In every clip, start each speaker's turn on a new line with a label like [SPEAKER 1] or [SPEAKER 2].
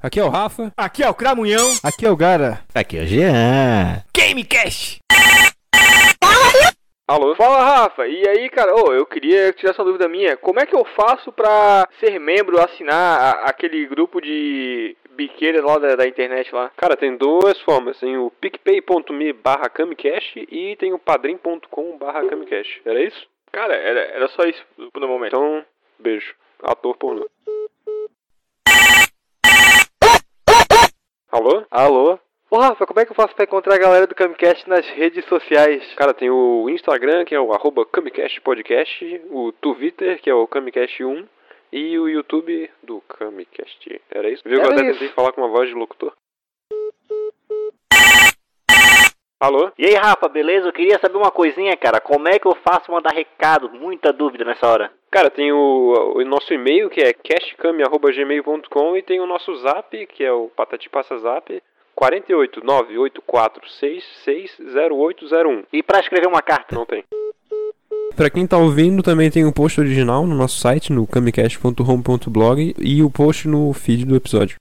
[SPEAKER 1] Aqui é o Rafa.
[SPEAKER 2] Aqui é o Cramunhão.
[SPEAKER 1] Aqui é o Gara.
[SPEAKER 3] Aqui é o Jean.
[SPEAKER 2] Gamecast.
[SPEAKER 1] Alô? Fala, Rafa. E aí, cara? Ô, eu queria tirar essa dúvida minha. Como é que eu faço pra ser membro, assinar a- aquele grupo de biqueira lá da, da internet lá?
[SPEAKER 4] Cara, tem duas formas. Tem o picpay.me barra camicast e tem o padrim.com barra camicast. Era isso?
[SPEAKER 1] Cara, era, era só isso no momento.
[SPEAKER 4] Então, beijo. Ator pornô. Alô?
[SPEAKER 1] Alô? Ô, Rafa, como é que eu faço pra encontrar a galera do Camcast nas redes sociais?
[SPEAKER 4] Cara, tem o Instagram, que é o arroba Camicast Podcast, o Twitter, que é o Camicast1, e o YouTube do Camicast. Era isso? Viu que eu
[SPEAKER 1] Era
[SPEAKER 4] até
[SPEAKER 1] isso.
[SPEAKER 4] tentei falar com uma voz de locutor? Alô?
[SPEAKER 3] E aí, Rafa, beleza? Eu queria saber uma coisinha, cara. Como é que eu faço pra mandar recado? Muita dúvida nessa hora.
[SPEAKER 4] Cara, tem o, o nosso e-mail que é cashcam.gmail.com e tem o nosso zap, que é o Patati Passa Zap, 48984660801.
[SPEAKER 3] E pra escrever uma carta?
[SPEAKER 4] Não tem.
[SPEAKER 1] Pra quem tá ouvindo, também tem o post original no nosso site, no camicast.home.blog e o post no feed do episódio.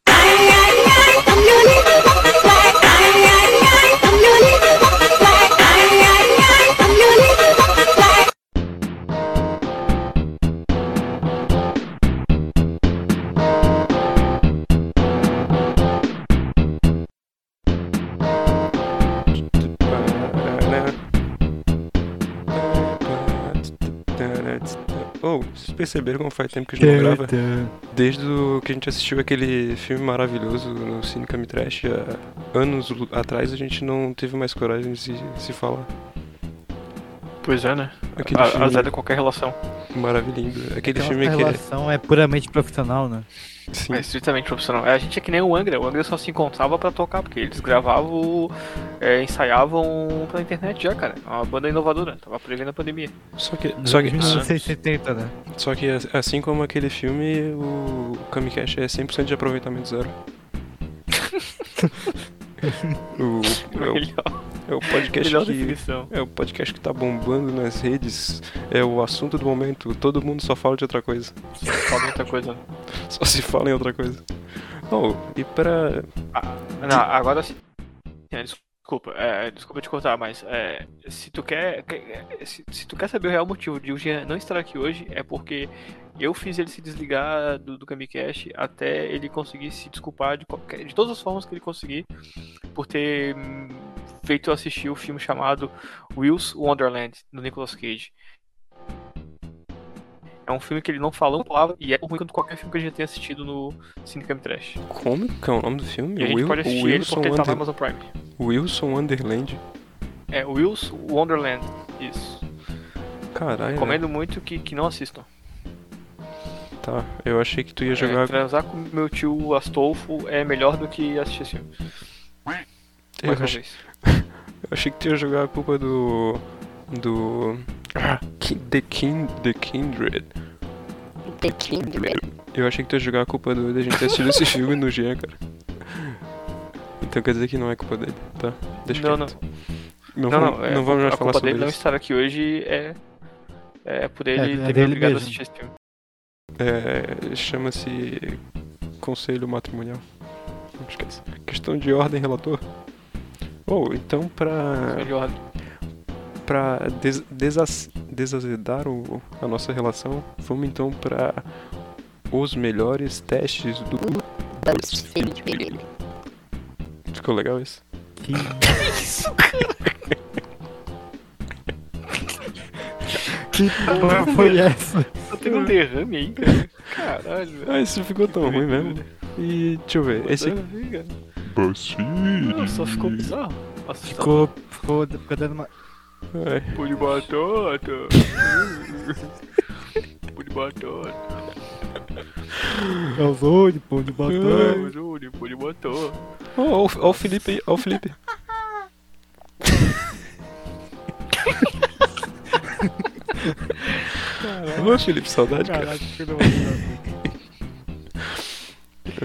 [SPEAKER 4] Oh, vocês perceberam como faz tempo que a gente não grava? Desde o que a gente assistiu aquele filme maravilhoso no Cine Cami Trash, há anos lu- atrás, a gente não teve mais coragem de se, se falar.
[SPEAKER 2] Pois é, né?
[SPEAKER 4] Aquele
[SPEAKER 2] A-
[SPEAKER 4] filme
[SPEAKER 2] Azar de qualquer relação.
[SPEAKER 4] maravilhoso. Aquele
[SPEAKER 5] Aquela
[SPEAKER 4] filme que é...
[SPEAKER 5] Então, relação é puramente profissional, né?
[SPEAKER 4] Sim.
[SPEAKER 2] É estritamente profissional. A gente é que nem o Angra. O Angra só se encontrava pra tocar, porque eles gravavam, é, ensaiavam pela internet já, cara. É Uma banda inovadora. Tava prevendo a pandemia.
[SPEAKER 4] Só que, só que,
[SPEAKER 2] Ah.
[SPEAKER 5] Não sei se tenta, né?
[SPEAKER 4] só que as- assim como aquele filme, o Kamikaze é 100% de aproveitamento zero. o, é, o,
[SPEAKER 2] Melhor,
[SPEAKER 4] é o podcast
[SPEAKER 2] melhor
[SPEAKER 4] que...
[SPEAKER 2] definição.
[SPEAKER 4] É o podcast que tá bombando nas redes, é o assunto do momento, todo mundo só fala de outra coisa.
[SPEAKER 2] Falta muita coisa. né?
[SPEAKER 4] Só se fala em outra coisa. Oh, e pra.
[SPEAKER 2] Ah, Não, agora sim. É, Desculpa, é, desculpa te cortar, mas é, se tu quer que- é, se, se tu quer saber o real motivo de o Jean não estar aqui hoje é porque eu fiz ele se desligar do, do Camicast até ele conseguir se desculpar de qualquer de todas as formas que ele conseguir por ter hum, feito eu assistir o filme chamado Will's Wonderland do Nicolas Cage. É um filme que ele não falou uma palavra e é tão ruim quanto qualquer filme que a gente tenha assistido no Cinecam Trash.
[SPEAKER 4] Como que é o nome do filme?
[SPEAKER 2] E a gente pode assistir ele
[SPEAKER 4] Wilson,
[SPEAKER 2] porque ele tá na
[SPEAKER 4] Under...
[SPEAKER 2] Amazon Prime.
[SPEAKER 4] Wilson Underland.
[SPEAKER 2] É Will's Wonderland. Isso.
[SPEAKER 4] Caralho.
[SPEAKER 2] Recomendo muito que, que não assistam.
[SPEAKER 4] Tá, eu achei que tu ia
[SPEAKER 2] É,
[SPEAKER 4] jogar.
[SPEAKER 2] transar com meu tio Astolfo é melhor do que assistir esse filme.
[SPEAKER 4] eu,
[SPEAKER 2] Mais uma
[SPEAKER 4] achei...
[SPEAKER 2] vez.
[SPEAKER 4] eu achei que tu ia jogar a culpa do. Do. Ah, Ki- The, Kin... The Kindred.
[SPEAKER 6] The Kindred.
[SPEAKER 4] Eu achei que tu ia jogar a culpa do... da gente ter assistido esse filme no Jean, cara. Então quer dizer que não é culpa dele, tá? Deixa
[SPEAKER 2] Não,
[SPEAKER 4] quieto. Não,
[SPEAKER 2] Não,
[SPEAKER 4] vamos-
[SPEAKER 2] não, é,
[SPEAKER 4] não vamos mais
[SPEAKER 2] a
[SPEAKER 4] falar
[SPEAKER 2] culpa
[SPEAKER 4] sobre
[SPEAKER 2] dele não
[SPEAKER 4] isso.
[SPEAKER 2] estar aqui hoje é, é por ele
[SPEAKER 5] É,
[SPEAKER 2] ter
[SPEAKER 5] é
[SPEAKER 2] me
[SPEAKER 5] dele
[SPEAKER 2] obrigado a
[SPEAKER 5] mesmo.
[SPEAKER 2] assistir esse filme.
[SPEAKER 4] É, Chama-se Conselho Matrimonial. Não esquece. Questão de ordem, relator. Ou então,
[SPEAKER 2] Sou
[SPEAKER 4] pra,
[SPEAKER 2] idiota.
[SPEAKER 4] pra des, desas- desazedar o- a nossa relação, vamos então pra os melhores testes do. Ficou legal isso?
[SPEAKER 5] Que isso, cara? que porra foi essa?
[SPEAKER 2] Tá tendo um derrame aí, cara. Caralho, velho.
[SPEAKER 4] Ah, isso ficou tão ruim mesmo. E deixa eu ver. Esse,
[SPEAKER 2] Não, só ficou bizarro. Nossa, ficou
[SPEAKER 5] Ficou, ficou, ficou dando uma.
[SPEAKER 4] é,
[SPEAKER 2] pô de batata. pô de batata.
[SPEAKER 5] É o Zou de pão de batom.
[SPEAKER 2] Pô de batata.
[SPEAKER 4] ó, ó, o Felipe aí, ó o Felipe. Ô Felipe, saudade, cara.
[SPEAKER 5] Caraca, que não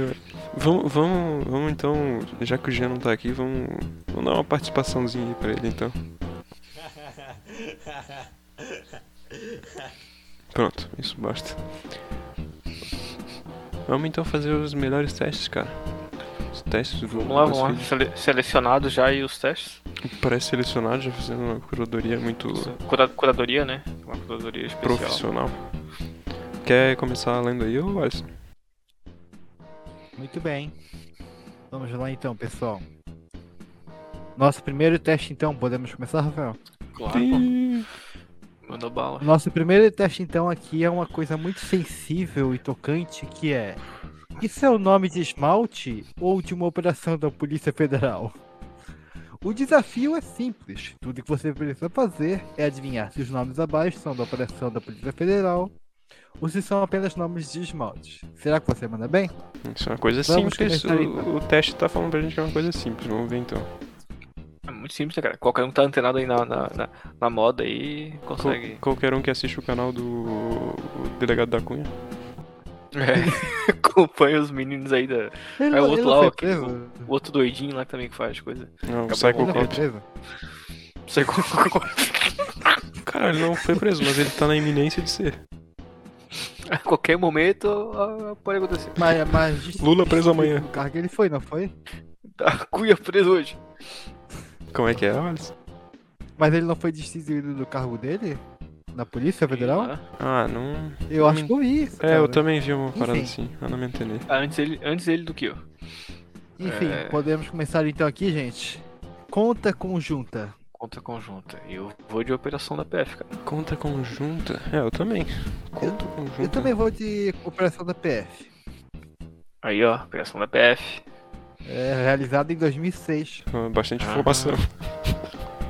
[SPEAKER 5] é
[SPEAKER 4] Vamos, vamos, vamos então, já que o Jean não tá aqui, vamos, vamos dar uma participaçãozinha aí pra ele então. Pronto, isso basta. Vamos então fazer os melhores testes, cara. os testes do
[SPEAKER 2] Vamos lá, vamos lá.
[SPEAKER 4] BuzzFeed.
[SPEAKER 2] Sele- Selecionado já e os testes.
[SPEAKER 4] Pré-selecionado, já fazendo uma curadoria muito
[SPEAKER 2] Cura- curadoria, né? Uma curadoria especial.
[SPEAKER 4] profissional. Quer começar lendo aí, ô Alisson?
[SPEAKER 5] Muito bem. Vamos lá então, pessoal. Nosso primeiro teste então, podemos começar, Rafael?
[SPEAKER 2] Claro, pô.
[SPEAKER 4] Ih,
[SPEAKER 2] Mandou bala.
[SPEAKER 5] Nosso primeiro teste então aqui é uma coisa muito sensível e tocante que é Isso é o nome de esmalte ou de uma operação da Polícia Federal? O desafio é simples. Tudo que você precisa fazer é adivinhar se os nomes abaixo são da operação da Polícia Federal ou se são apenas nomes de esmalte. Será que você manda bem?
[SPEAKER 4] Isso é uma coisa
[SPEAKER 5] Vamos
[SPEAKER 4] simples.
[SPEAKER 5] começar aí,
[SPEAKER 4] o-
[SPEAKER 5] então.
[SPEAKER 4] o teste tá falando pra gente que é uma coisa simples. Vamos ver então.
[SPEAKER 2] É muito simples, né, cara. Qualquer um que tá antenado aí na, na, na, na moda aí
[SPEAKER 4] Qual-
[SPEAKER 2] consegue.
[SPEAKER 4] qualquer um que assiste o canal do o delegado da Cunha.
[SPEAKER 2] É, acompanha os meninos aí da.
[SPEAKER 5] Ele,
[SPEAKER 2] É o
[SPEAKER 5] não-
[SPEAKER 2] outro
[SPEAKER 5] ele
[SPEAKER 2] lá,
[SPEAKER 5] não foi
[SPEAKER 2] o que-
[SPEAKER 5] preso.
[SPEAKER 2] O outro doidinho lá que também que faz coisa.
[SPEAKER 4] Não, o
[SPEAKER 2] Acabou
[SPEAKER 4] Psycho
[SPEAKER 5] Ele não foi
[SPEAKER 4] Cop.
[SPEAKER 5] preso.
[SPEAKER 2] Não sei como.
[SPEAKER 4] Cara, ele não foi preso, mas ele tá na iminência de ser.
[SPEAKER 2] A qualquer momento ah, pode acontecer.
[SPEAKER 5] Mas, mas
[SPEAKER 4] Lula preso amanhã.
[SPEAKER 5] O cargo ele foi, não foi?
[SPEAKER 2] Tá cuia preso hoje.
[SPEAKER 4] Como é que é, Alisson?
[SPEAKER 5] Mas ele não foi destituído do cargo dele? Na
[SPEAKER 2] É
[SPEAKER 5] Polícia Federal?
[SPEAKER 4] Ah, não.
[SPEAKER 5] Eu acho que eu vi isso.
[SPEAKER 4] É, eu
[SPEAKER 5] cara.
[SPEAKER 4] também vi uma parada
[SPEAKER 5] Tá, né? Enfim.
[SPEAKER 4] assim. Ah, não me entendi.
[SPEAKER 2] Ah, antes, ele, antes ele do que eu.
[SPEAKER 5] Enfim,
[SPEAKER 2] É.
[SPEAKER 5] podemos começar então aqui, gente. Conta conjunta.
[SPEAKER 2] Conta conjunta. Eu vou de operação da PF, cara.
[SPEAKER 4] Conta conjunta? É, eu também. Conta conjunta.
[SPEAKER 5] Eu também vou de Operação da PF.
[SPEAKER 2] Aí, ó, operação da PF.
[SPEAKER 5] É, realizada em 2006.
[SPEAKER 4] Ah, Bastante
[SPEAKER 2] Ah.
[SPEAKER 4] informação.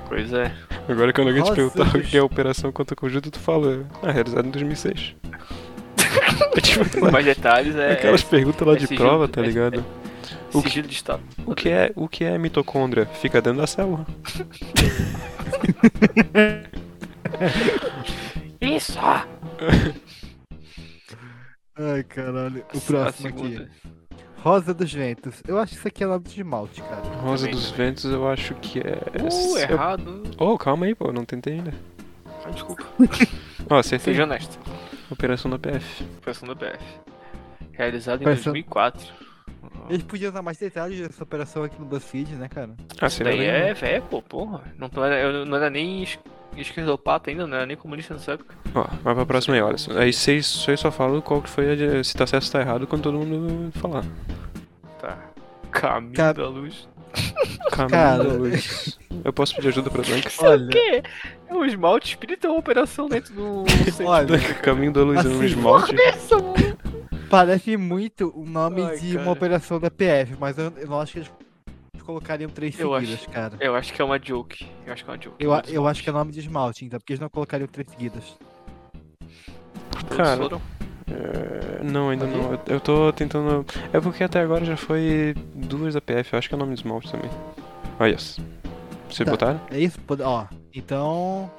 [SPEAKER 2] Pois é.
[SPEAKER 4] Agora quando alguém te
[SPEAKER 5] Nossa,
[SPEAKER 4] perguntar o
[SPEAKER 5] bicho.
[SPEAKER 4] que é a operação conta conjunta, tu fala. Ah, realizado em 2006. É tipo,
[SPEAKER 2] Mais detalhes é.
[SPEAKER 4] aquelas perguntas lá
[SPEAKER 2] é
[SPEAKER 4] de
[SPEAKER 2] sigilo-
[SPEAKER 4] prova, tá
[SPEAKER 2] é-
[SPEAKER 4] ligado?
[SPEAKER 2] é
[SPEAKER 4] o que-
[SPEAKER 2] sigilo de Estado.
[SPEAKER 4] O que é, o que é mitocôndria? Fica dentro da célula.
[SPEAKER 6] Isso!
[SPEAKER 5] Ai, caralho. O
[SPEAKER 2] A
[SPEAKER 5] próximo
[SPEAKER 2] segunda.
[SPEAKER 5] aqui. Rosa dos Ventos. Eu acho que isso aqui é nome de esmalte, cara.
[SPEAKER 4] Rosa
[SPEAKER 2] Também,
[SPEAKER 4] dos
[SPEAKER 2] também.
[SPEAKER 4] Ventos, eu acho que é.
[SPEAKER 2] Uh,
[SPEAKER 4] é-
[SPEAKER 2] errado.
[SPEAKER 4] Oh, calma aí, pô, não tentei ainda.
[SPEAKER 2] Ah, desculpa.
[SPEAKER 4] Ó, acertei.
[SPEAKER 2] Seja honesto.
[SPEAKER 4] Operação da PF.
[SPEAKER 2] Operação da PF. Realizada em
[SPEAKER 5] Operação-
[SPEAKER 2] 2004.
[SPEAKER 5] Eles podiam dar mais detalhes dessa operação aqui no BuzzFeed, né, cara?
[SPEAKER 4] Ah,
[SPEAKER 2] Isso
[SPEAKER 4] seria
[SPEAKER 2] daí
[SPEAKER 4] legal.
[SPEAKER 2] é, é, pô, porra. Não, tô- eu não era nem es- esquerdopata ainda, não era nem comunista nessa época.
[SPEAKER 4] Ó, vai pra próxima aí, olha. Aí vocês vocês só falam qual que foi a. de- Se tá certo ou tá errado quando todo mundo falar.
[SPEAKER 2] Tá. Caminho
[SPEAKER 5] Ca-
[SPEAKER 2] da luz.
[SPEAKER 4] Caminho
[SPEAKER 5] Cara.
[SPEAKER 4] da luz. Eu posso pedir ajuda pra Blanca?
[SPEAKER 5] Olha,
[SPEAKER 2] Que? É um esmalte espírita é uma operação dentro do.
[SPEAKER 5] olha.
[SPEAKER 4] Caminho da luz é um
[SPEAKER 5] Assim,
[SPEAKER 4] esmalte.
[SPEAKER 5] Parece muito o nome
[SPEAKER 2] Ai,
[SPEAKER 5] de
[SPEAKER 2] cara.
[SPEAKER 5] uma operação da PF, mas eu, eu não acho que eles colocariam três
[SPEAKER 2] Eu
[SPEAKER 5] seguidas, cara.
[SPEAKER 2] Eu acho que é uma joke. Eu acho que é uma joke.
[SPEAKER 5] Eu, a- eu acho que é nome de esmalte, então, porque eles não colocariam três seguidas.
[SPEAKER 2] Todos
[SPEAKER 4] Cara.
[SPEAKER 2] foram.
[SPEAKER 4] É, Não, ainda não. Eu- Eu tô tentando. É porque até agora já foi duas da PF, eu acho que é o nome do esmalte também. Ah, yes. Vocês
[SPEAKER 5] Tá.
[SPEAKER 4] botaram?
[SPEAKER 5] É isso? Pod- Ó, então.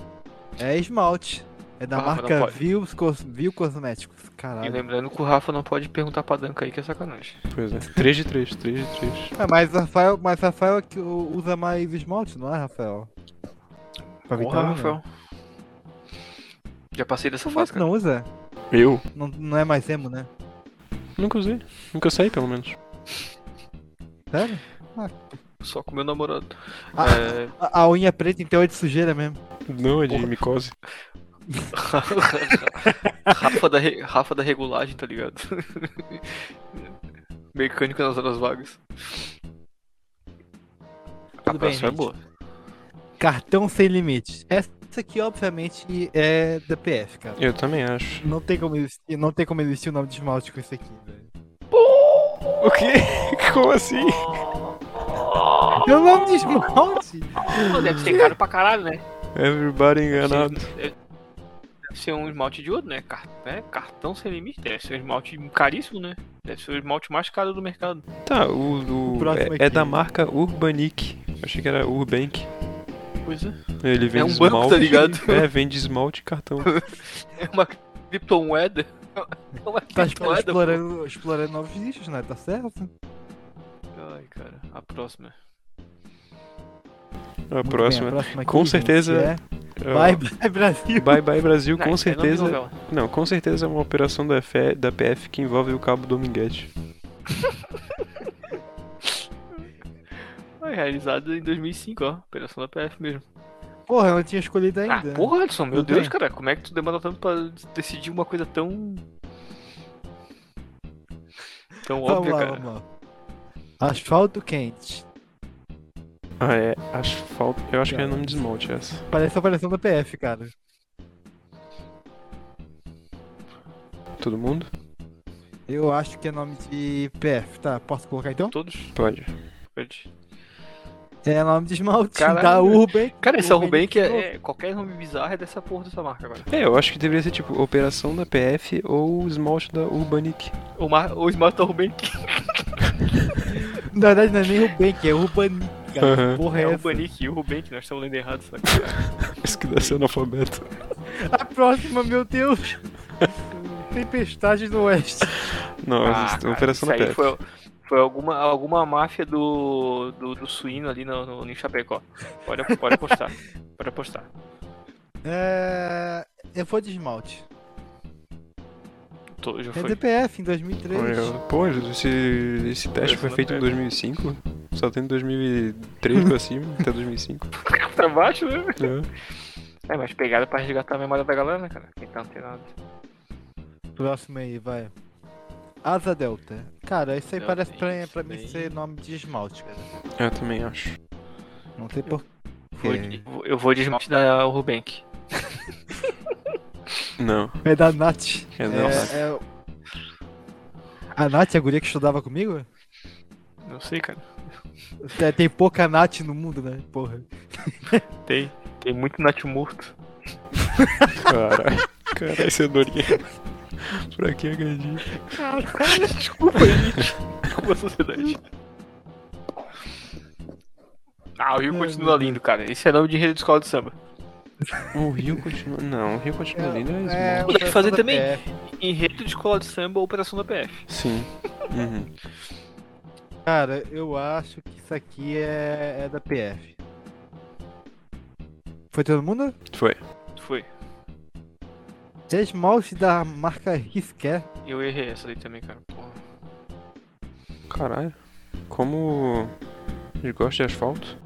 [SPEAKER 5] É esmalte. É da
[SPEAKER 2] Ah, mas não
[SPEAKER 5] marca
[SPEAKER 2] pode.
[SPEAKER 5] Viu, Cos... Viu Cosméticos.
[SPEAKER 2] E
[SPEAKER 5] Caralho.
[SPEAKER 2] lembrando que o Rafa não pode perguntar pra Danca aí que é sacanagem.
[SPEAKER 4] Pois é. 3 de 3, 3 de 3.
[SPEAKER 5] Ah, mas Rafael, mas Rafael é que u- usa mais esmalte, não é, Rafael? Pra
[SPEAKER 2] Porra,
[SPEAKER 5] vitamina?
[SPEAKER 2] Rafael. Já passei dessa
[SPEAKER 5] Mas
[SPEAKER 2] fase,
[SPEAKER 5] tu
[SPEAKER 2] cara.
[SPEAKER 5] não usa?
[SPEAKER 4] Eu?
[SPEAKER 5] Não, não é mais emo, né?
[SPEAKER 4] Nunca usei. Nunca saí, pelo menos.
[SPEAKER 5] Sério?
[SPEAKER 2] Só com meu namorado.
[SPEAKER 5] Ah.
[SPEAKER 2] É,
[SPEAKER 5] A, a unha preta então é de sujeira mesmo.
[SPEAKER 4] Não, é de
[SPEAKER 2] Porra.
[SPEAKER 4] micose.
[SPEAKER 2] É, Rafa da, re- Rafa da regulagem, tá ligado? Mecânico nas horas vagas. A
[SPEAKER 5] Tudo bem,
[SPEAKER 2] próxima é
[SPEAKER 5] gente.
[SPEAKER 2] boa.
[SPEAKER 5] Cartão sem limite. Essa aqui, obviamente, é da PF, cara.
[SPEAKER 4] Eu também acho.
[SPEAKER 5] Não tem como existir, não tem como existir o nome de esmalte com isso aqui, velho.
[SPEAKER 4] O quê? Como assim?
[SPEAKER 5] É o nome de esmalte?
[SPEAKER 2] Deve ser caro pra caralho, né? É,
[SPEAKER 4] Everybody enganado.
[SPEAKER 2] Deve ser um esmalte de ouro, né? Car- né? Cartão sem limite. Deve ser um esmalte caríssimo, né? Deve ser o esmalte mais caro do mercado.
[SPEAKER 4] Tá, o do.
[SPEAKER 5] O próximo
[SPEAKER 4] é, é
[SPEAKER 5] aqui.
[SPEAKER 4] da marca Urbanic. Eu achei que era Urbank.
[SPEAKER 2] Pois é.
[SPEAKER 4] Ele vende
[SPEAKER 2] um banco,
[SPEAKER 4] esmalte.
[SPEAKER 2] tá ligado?
[SPEAKER 4] É, vende esmalte e cartão.
[SPEAKER 2] É uma criptomoeda. É uma
[SPEAKER 5] Tá
[SPEAKER 2] criptomoeda. pô.
[SPEAKER 5] explorando, explorando novos nichos, né? Tá certo?
[SPEAKER 2] Ai, cara. A próxima.
[SPEAKER 4] A
[SPEAKER 5] Muito bem,
[SPEAKER 4] próxima.
[SPEAKER 5] próxima aqui,
[SPEAKER 4] Com
[SPEAKER 5] gente,
[SPEAKER 4] certeza,
[SPEAKER 5] é
[SPEAKER 4] é,
[SPEAKER 5] Bye Bye Brasil.
[SPEAKER 4] Bye Bye Brasil,
[SPEAKER 2] Não,
[SPEAKER 4] com
[SPEAKER 2] isso é nome de
[SPEAKER 4] certeza.
[SPEAKER 2] novela.
[SPEAKER 4] Não, com certeza é uma operação da, F- da PF que envolve o cabo Dominguete.
[SPEAKER 2] realizada em 2005, ó. Operação da PF mesmo.
[SPEAKER 5] Porra, eu não tinha escolhido
[SPEAKER 2] Ah,
[SPEAKER 5] ainda.
[SPEAKER 2] porra, Edson, meu
[SPEAKER 5] Tudo
[SPEAKER 2] Deus,
[SPEAKER 5] bem.
[SPEAKER 2] cara, como é que tu demora tanto pra decidir uma coisa tão. tão
[SPEAKER 5] vamos
[SPEAKER 2] óbvia,
[SPEAKER 5] lá,
[SPEAKER 2] cara?
[SPEAKER 5] vamos lá. Asfalto quente.
[SPEAKER 4] Ah, é. Asfalto. Eu acho que é nome de esmalte essa.
[SPEAKER 5] Parece a operação da PF, cara.
[SPEAKER 4] Todo mundo?
[SPEAKER 5] Eu acho que é nome de PF, tá? Posso colocar então?
[SPEAKER 2] Todos?
[SPEAKER 4] Pode.
[SPEAKER 2] Pode.
[SPEAKER 5] É nome de esmalte
[SPEAKER 2] Caralho.
[SPEAKER 5] da Urban.
[SPEAKER 2] Cara, esse é o
[SPEAKER 5] Urban
[SPEAKER 2] Rubank,
[SPEAKER 5] Explorer.
[SPEAKER 2] é, é, qualquer nome bizarro é dessa porra dessa marca agora.
[SPEAKER 4] É, eu acho que deveria ser tipo Operação da PF ou esmalte da Urbanic.
[SPEAKER 2] O, mar, o Smart da Rubank
[SPEAKER 5] Na verdade, não é nem Rubank, é Urbanic, cara.
[SPEAKER 4] Aham.
[SPEAKER 5] Que Porra,
[SPEAKER 2] é
[SPEAKER 5] é
[SPEAKER 2] o
[SPEAKER 5] essa?
[SPEAKER 2] Rubank e o Rubank, nós estamos lendo errado, sabe?
[SPEAKER 4] Isso que deve ser analfabeto.
[SPEAKER 5] A Tá próxima, meu Deus! Tempestade do Oeste.
[SPEAKER 4] Não,
[SPEAKER 2] Ah,
[SPEAKER 4] existe-
[SPEAKER 2] cara,
[SPEAKER 4] é Operação da
[SPEAKER 2] isso aí
[SPEAKER 4] PF.
[SPEAKER 2] Foi, foi alguma, alguma máfia do, do, do suíno ali no, no, em Chapecó. Pode, pode apostar. pode apostar.
[SPEAKER 5] É... Eu vou de esmalte.
[SPEAKER 2] Tô, já
[SPEAKER 5] É
[SPEAKER 2] foi.
[SPEAKER 5] DPF em 2003.
[SPEAKER 4] Olha, Pô, esse, esse teste foi
[SPEAKER 2] Operação da
[SPEAKER 4] feito em
[SPEAKER 2] PF.
[SPEAKER 4] 2005. Só tem 2003 pra cima, até 2005.
[SPEAKER 2] Pra baixo, né?
[SPEAKER 4] É.
[SPEAKER 2] É, mas pegada pra resgatar a memória da galera, né, cara? Então não tem nada.
[SPEAKER 5] Próximo aí, vai. Asa Delta. Cara, isso aí
[SPEAKER 2] Delta,
[SPEAKER 5] parece pra,
[SPEAKER 2] É, isso
[SPEAKER 5] pra mim
[SPEAKER 2] daí.
[SPEAKER 5] ser nome de esmalte, cara.
[SPEAKER 4] Eu também acho.
[SPEAKER 5] Não sei por
[SPEAKER 2] Vou
[SPEAKER 5] quê. É
[SPEAKER 2] de- eu vou de esmalte da Rubank.
[SPEAKER 4] Não.
[SPEAKER 5] É da Nath.
[SPEAKER 4] É da Nath.
[SPEAKER 5] é- A Nath, é a guria que estudava comigo?
[SPEAKER 2] Não sei, cara.
[SPEAKER 5] É, Tem pouca Nath no mundo, né? Porra.
[SPEAKER 2] Tem, tem muito Nath morto.
[SPEAKER 4] Caralho. Caralho, cenourinha. é pra que agredir?
[SPEAKER 2] Desculpa, gente. Desculpa, sociedade. Ah, o Rio continua lindo, cara. Esse é nome de rede de escola de samba.
[SPEAKER 4] O rio continua. Não, o rio continua lindo, é
[SPEAKER 5] É,
[SPEAKER 4] esmalte.
[SPEAKER 2] Tem que fazer
[SPEAKER 5] da
[SPEAKER 2] também.
[SPEAKER 5] PF.
[SPEAKER 2] Em rede de escola de samba, operação da PF.
[SPEAKER 4] Sim. Uhum.
[SPEAKER 5] Cara, eu acho que isso aqui é, é da PF. Foi todo mundo?
[SPEAKER 4] Foi.
[SPEAKER 2] Foi.
[SPEAKER 5] Esmalte da marca Risqué.
[SPEAKER 2] Eu errei essa daí também, cara. Porra.
[SPEAKER 4] Caralho. Como. Ele gosta de asfalto?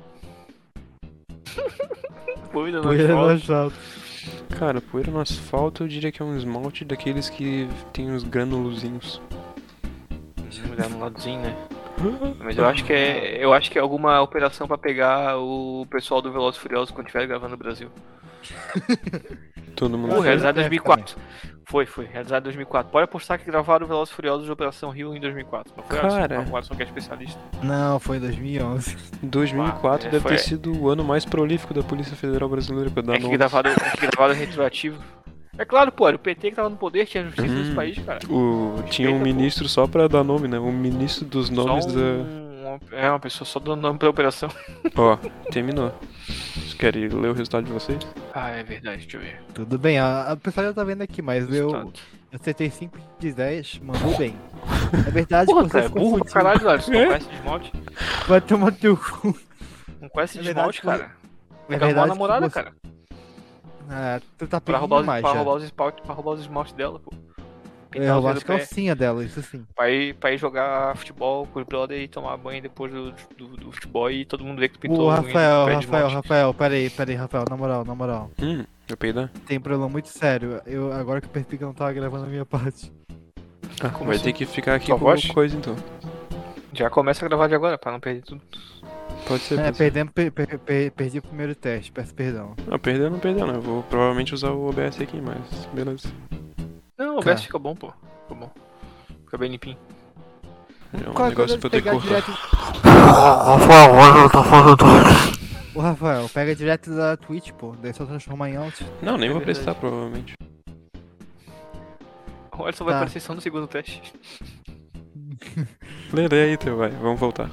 [SPEAKER 2] Poeira no
[SPEAKER 5] Poeira no
[SPEAKER 2] asfalto.
[SPEAKER 5] asfalto.
[SPEAKER 4] Cara, poeira no asfalto eu diria que é um esmalte daqueles que tem uns granulozinhos.
[SPEAKER 2] Mulher no ladozinho, né? Mas eu acho que é. Eu acho que é alguma operação pra pegar o pessoal do Veloz Furioso quando estiver gravando no Brasil.
[SPEAKER 4] Todo mundo.
[SPEAKER 2] Pô,
[SPEAKER 5] Porra,
[SPEAKER 4] fez.
[SPEAKER 5] essa-
[SPEAKER 2] realizado em 2004. Foi, foi. Realizado em 2004. Pode apostar que gravaram o Velozes e Furiosos de Operação Rio em 2004. Não foi
[SPEAKER 4] Cara.
[SPEAKER 2] Edson? Não, o Edson que é especialista.
[SPEAKER 5] Não, foi em 2011.
[SPEAKER 4] 2004
[SPEAKER 2] Ah,
[SPEAKER 4] deve
[SPEAKER 2] foi-
[SPEAKER 4] ter sido o ano mais prolífico da Polícia Federal Brasileira pra dar
[SPEAKER 2] É que,
[SPEAKER 4] nome.
[SPEAKER 2] gravaram, é que gravaram retroativo. É claro, pô, era o PT que tava no poder, tinha justiça
[SPEAKER 4] Hum.
[SPEAKER 2] nesse país, cara.
[SPEAKER 4] O... Tinha um
[SPEAKER 2] Respeita, pô.
[SPEAKER 4] ministro só pra dar nome, né? Um ministro dos nomes
[SPEAKER 2] só
[SPEAKER 4] da.
[SPEAKER 2] um, uma- É, uma pessoa só dando nome pra operação.
[SPEAKER 4] Ó, terminou. Vocês querem ler o resultado de vocês?
[SPEAKER 2] Ah, é verdade, deixa eu ver.
[SPEAKER 5] Tudo bem, a, a pessoa já tá vendo aqui, mas eu eu
[SPEAKER 2] Resultado.
[SPEAKER 5] acertei 5 de 10, mandou bem. É verdade,
[SPEAKER 2] Porra,
[SPEAKER 5] você
[SPEAKER 2] cara, é
[SPEAKER 5] se
[SPEAKER 2] burro pra
[SPEAKER 5] confundiu.
[SPEAKER 2] caralho, Larissa. Não
[SPEAKER 5] É?
[SPEAKER 2] conhece de esmalte?
[SPEAKER 5] Vai tomar teu cu.
[SPEAKER 2] Não conhece
[SPEAKER 5] É
[SPEAKER 2] de
[SPEAKER 5] verdade
[SPEAKER 2] esmalte,
[SPEAKER 5] que-
[SPEAKER 2] cara.
[SPEAKER 5] É
[SPEAKER 2] Tem que arrumar a
[SPEAKER 5] que
[SPEAKER 2] namorada,
[SPEAKER 5] você-
[SPEAKER 2] cara.
[SPEAKER 5] Ah, tu tá
[SPEAKER 2] Pra roubar,
[SPEAKER 5] pedindo
[SPEAKER 2] os, pra,
[SPEAKER 5] mais já.
[SPEAKER 2] roubar os esmalte, pra roubar os esmaltes dela, pô.
[SPEAKER 5] É,
[SPEAKER 2] Pintar os
[SPEAKER 5] roubar
[SPEAKER 2] dedos
[SPEAKER 5] as
[SPEAKER 2] do tá pé.
[SPEAKER 5] calcinha dela, isso sim.
[SPEAKER 2] Pra ir, pra ir jogar futebol com os brother e tomar banho depois do, do, do futebol e todo mundo vê que tu pintou
[SPEAKER 5] Ô,
[SPEAKER 2] um
[SPEAKER 5] Rafael,
[SPEAKER 2] pé de
[SPEAKER 5] Rafael,
[SPEAKER 2] esmalte.
[SPEAKER 5] Rafael, peraí, peraí, Rafael, na moral, na moral.
[SPEAKER 4] Hum, eu peidar?
[SPEAKER 5] Tem um problema muito sério. Eu, agora que eu percebi que eu não tava gravando a minha parte.
[SPEAKER 4] Ah,
[SPEAKER 2] Como
[SPEAKER 4] vai
[SPEAKER 2] assim?
[SPEAKER 4] ter que ficar aqui
[SPEAKER 2] Sua
[SPEAKER 4] com
[SPEAKER 2] voz?
[SPEAKER 4] coisa então.
[SPEAKER 2] Já começa a gravar de agora, pra não perder tudo.
[SPEAKER 4] Pode ser.
[SPEAKER 5] É,
[SPEAKER 4] pode ser.
[SPEAKER 5] perdemos, per- per- per- perdi o primeiro teste, peço perdão.
[SPEAKER 4] Ah, perder não perdeu, não. Eu vou provavelmente usar o OBS aqui, mas beleza.
[SPEAKER 2] Não, o
[SPEAKER 5] Tá.
[SPEAKER 2] OBS fica bom, pô. Fica bom. Fica bem limpinho.
[SPEAKER 4] É um
[SPEAKER 5] Quase
[SPEAKER 4] negócio
[SPEAKER 5] deve
[SPEAKER 4] pra eu ter que
[SPEAKER 5] pegar
[SPEAKER 4] cortar.
[SPEAKER 5] direto- Ô, Rafael, pega direto da Twitch, pô. Daí só transformar em out.
[SPEAKER 4] Não, nem
[SPEAKER 2] É
[SPEAKER 4] vou
[SPEAKER 2] verdade.
[SPEAKER 4] prestar, provavelmente.
[SPEAKER 2] Olha só vai
[SPEAKER 5] Tá.
[SPEAKER 2] aparecer só no segundo teste.
[SPEAKER 4] Lê, lê aí, então, vai. Vamos voltar.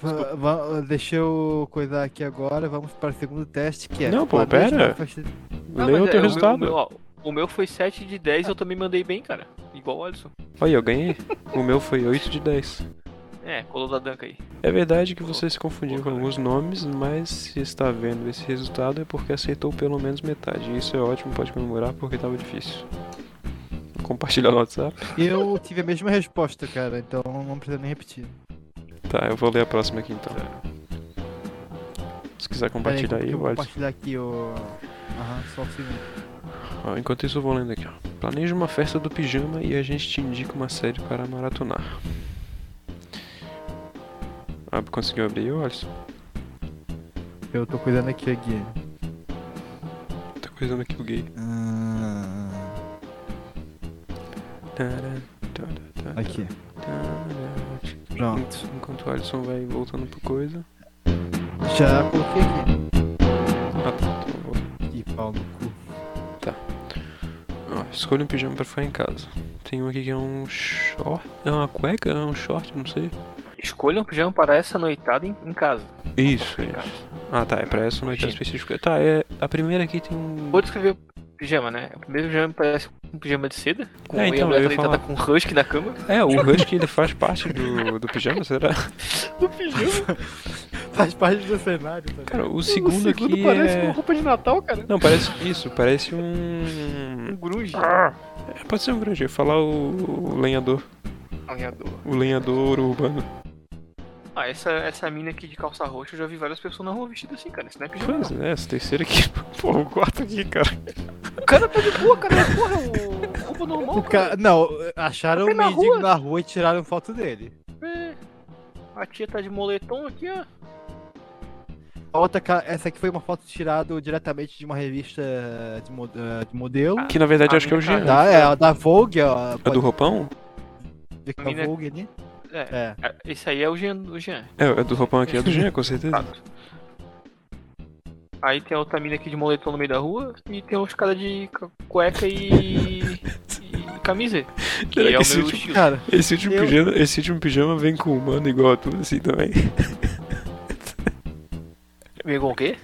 [SPEAKER 5] Va- va- Deixa eu coisar aqui agora, vamos para o segundo teste, que é...
[SPEAKER 4] Não, pô,
[SPEAKER 5] planeja
[SPEAKER 4] pera.
[SPEAKER 5] uma festa-
[SPEAKER 2] Não,
[SPEAKER 4] Lê
[SPEAKER 2] mas
[SPEAKER 4] o
[SPEAKER 2] é,
[SPEAKER 4] teu
[SPEAKER 2] meu-
[SPEAKER 4] resultado.
[SPEAKER 2] O meu, ó, o meu foi 7 de 10 e eu também mandei bem, cara. Igual o Alisson.
[SPEAKER 4] Olha, eu ganhei. O meu foi 8 de 10.
[SPEAKER 2] É, colou da Danca aí.
[SPEAKER 4] É verdade que você se confundiu com alguns nomes, mas se está vendo esse resultado é porque aceitou pelo menos metade. E isso é ótimo, pode comemorar porque tava difícil. Compartilhar no WhatsApp.
[SPEAKER 5] Eu tive a mesma resposta, cara, então não precisa nem repetir.
[SPEAKER 4] Tá, eu vou ler a próxima aqui então. quiser
[SPEAKER 5] Peraí,
[SPEAKER 4] compartilhar
[SPEAKER 5] que
[SPEAKER 4] aí,
[SPEAKER 5] eu vou
[SPEAKER 4] pode.
[SPEAKER 5] compartilhar aqui o. Aham, só um segundo.
[SPEAKER 4] Ó, enquanto isso eu vou lendo aqui, ó. Planeja uma festa do pijama e a gente te indica uma série para maratonar. Ah, conseguiu abrir, ô, Alisson?
[SPEAKER 5] Eu tô cuidando aqui, Guilherme.
[SPEAKER 4] Tá coisando aqui o gay.
[SPEAKER 5] Ah,
[SPEAKER 4] Tará, tará, tará,
[SPEAKER 5] aqui.
[SPEAKER 4] tará.
[SPEAKER 5] Pronto.
[SPEAKER 4] Enquanto- Enquanto o Alisson vai voltando pro coisa.
[SPEAKER 5] Já coloquei aqui.
[SPEAKER 4] Ah, tá, então eu vou.
[SPEAKER 5] Ih, pau no cu.
[SPEAKER 4] Ó, escolha um pijama pra ficar em casa. Tem um aqui que é um short. É uma cueca? É um short? Não sei.
[SPEAKER 2] Escolha um pijama para essa noitada em, em casa.
[SPEAKER 4] Isso, isso. Ah, tá. É pra essa noite
[SPEAKER 2] Sim.
[SPEAKER 4] específica. Tá, é. A primeira aqui tem um.
[SPEAKER 2] Vou descrever o pijama, né? O primeiro pijama parece um pijama de seda. Com
[SPEAKER 4] É,
[SPEAKER 2] e
[SPEAKER 4] então,
[SPEAKER 2] a mulher
[SPEAKER 4] eu
[SPEAKER 2] tá
[SPEAKER 4] ia
[SPEAKER 2] deitada com um husky na cama.
[SPEAKER 4] É, o Husky ele faz parte do, do pijama, será?
[SPEAKER 2] Do
[SPEAKER 4] é
[SPEAKER 2] pijama.
[SPEAKER 5] Faz parte do cenário, tá
[SPEAKER 4] Cara, o segundo,
[SPEAKER 2] o segundo
[SPEAKER 4] aqui
[SPEAKER 2] parece
[SPEAKER 4] é...
[SPEAKER 2] uma roupa de Natal, cara.
[SPEAKER 4] Não, parece isso, parece um...
[SPEAKER 2] Um grunge.
[SPEAKER 4] É, pode ser um grande, eu ia falar o, o lenhador,
[SPEAKER 2] Alinhador.
[SPEAKER 4] o lenhador urbano.
[SPEAKER 2] Ah, essa, essa mina aqui de calça roxa, eu já vi várias pessoas na rua vestidas assim, cara. Isso não é pijama.
[SPEAKER 4] Pois é, esse terceiro aqui, pô, o quarto aqui, cara.
[SPEAKER 2] não. O cara tá de boa, cara. Porra, é o roupa normal,
[SPEAKER 5] O
[SPEAKER 2] cara.
[SPEAKER 5] ca- Não, acharam
[SPEAKER 2] Foi
[SPEAKER 5] um
[SPEAKER 2] na
[SPEAKER 5] mendigo
[SPEAKER 2] rua.
[SPEAKER 5] na rua e tiraram foto dele.
[SPEAKER 2] É. A tia tá de moletom aqui, ó.
[SPEAKER 5] A outra, ca- essa aqui foi uma foto tirada diretamente de uma revista de, mo- eh, de modelo.
[SPEAKER 4] Que na verdade
[SPEAKER 2] Ah,
[SPEAKER 4] eu acho que é o
[SPEAKER 2] minha
[SPEAKER 4] Jean.
[SPEAKER 2] cara.
[SPEAKER 5] Da, é, a da Vogue, ó.
[SPEAKER 4] É
[SPEAKER 5] pode
[SPEAKER 4] do roupão?
[SPEAKER 5] ver que é
[SPEAKER 2] Mina-
[SPEAKER 5] a Vogue ali.
[SPEAKER 2] É.
[SPEAKER 5] É.
[SPEAKER 2] é, Esse aí é o Jean. O Jean.
[SPEAKER 4] É, é do roupão aqui, é do Jean, com certeza.
[SPEAKER 2] Fato. Aí tem a outra mina aqui de moletom no meio da rua e tem os caras de ca- cueca e. e camisa. Que
[SPEAKER 4] Será
[SPEAKER 2] é
[SPEAKER 4] que
[SPEAKER 2] o
[SPEAKER 4] esse
[SPEAKER 2] meu
[SPEAKER 4] tipo-
[SPEAKER 2] estilo.
[SPEAKER 5] Cara,
[SPEAKER 4] Esse último,
[SPEAKER 5] Eu-
[SPEAKER 4] pijama, esse último pijama vem com humano igual a tudo, assim, também.
[SPEAKER 2] Vem com o quê?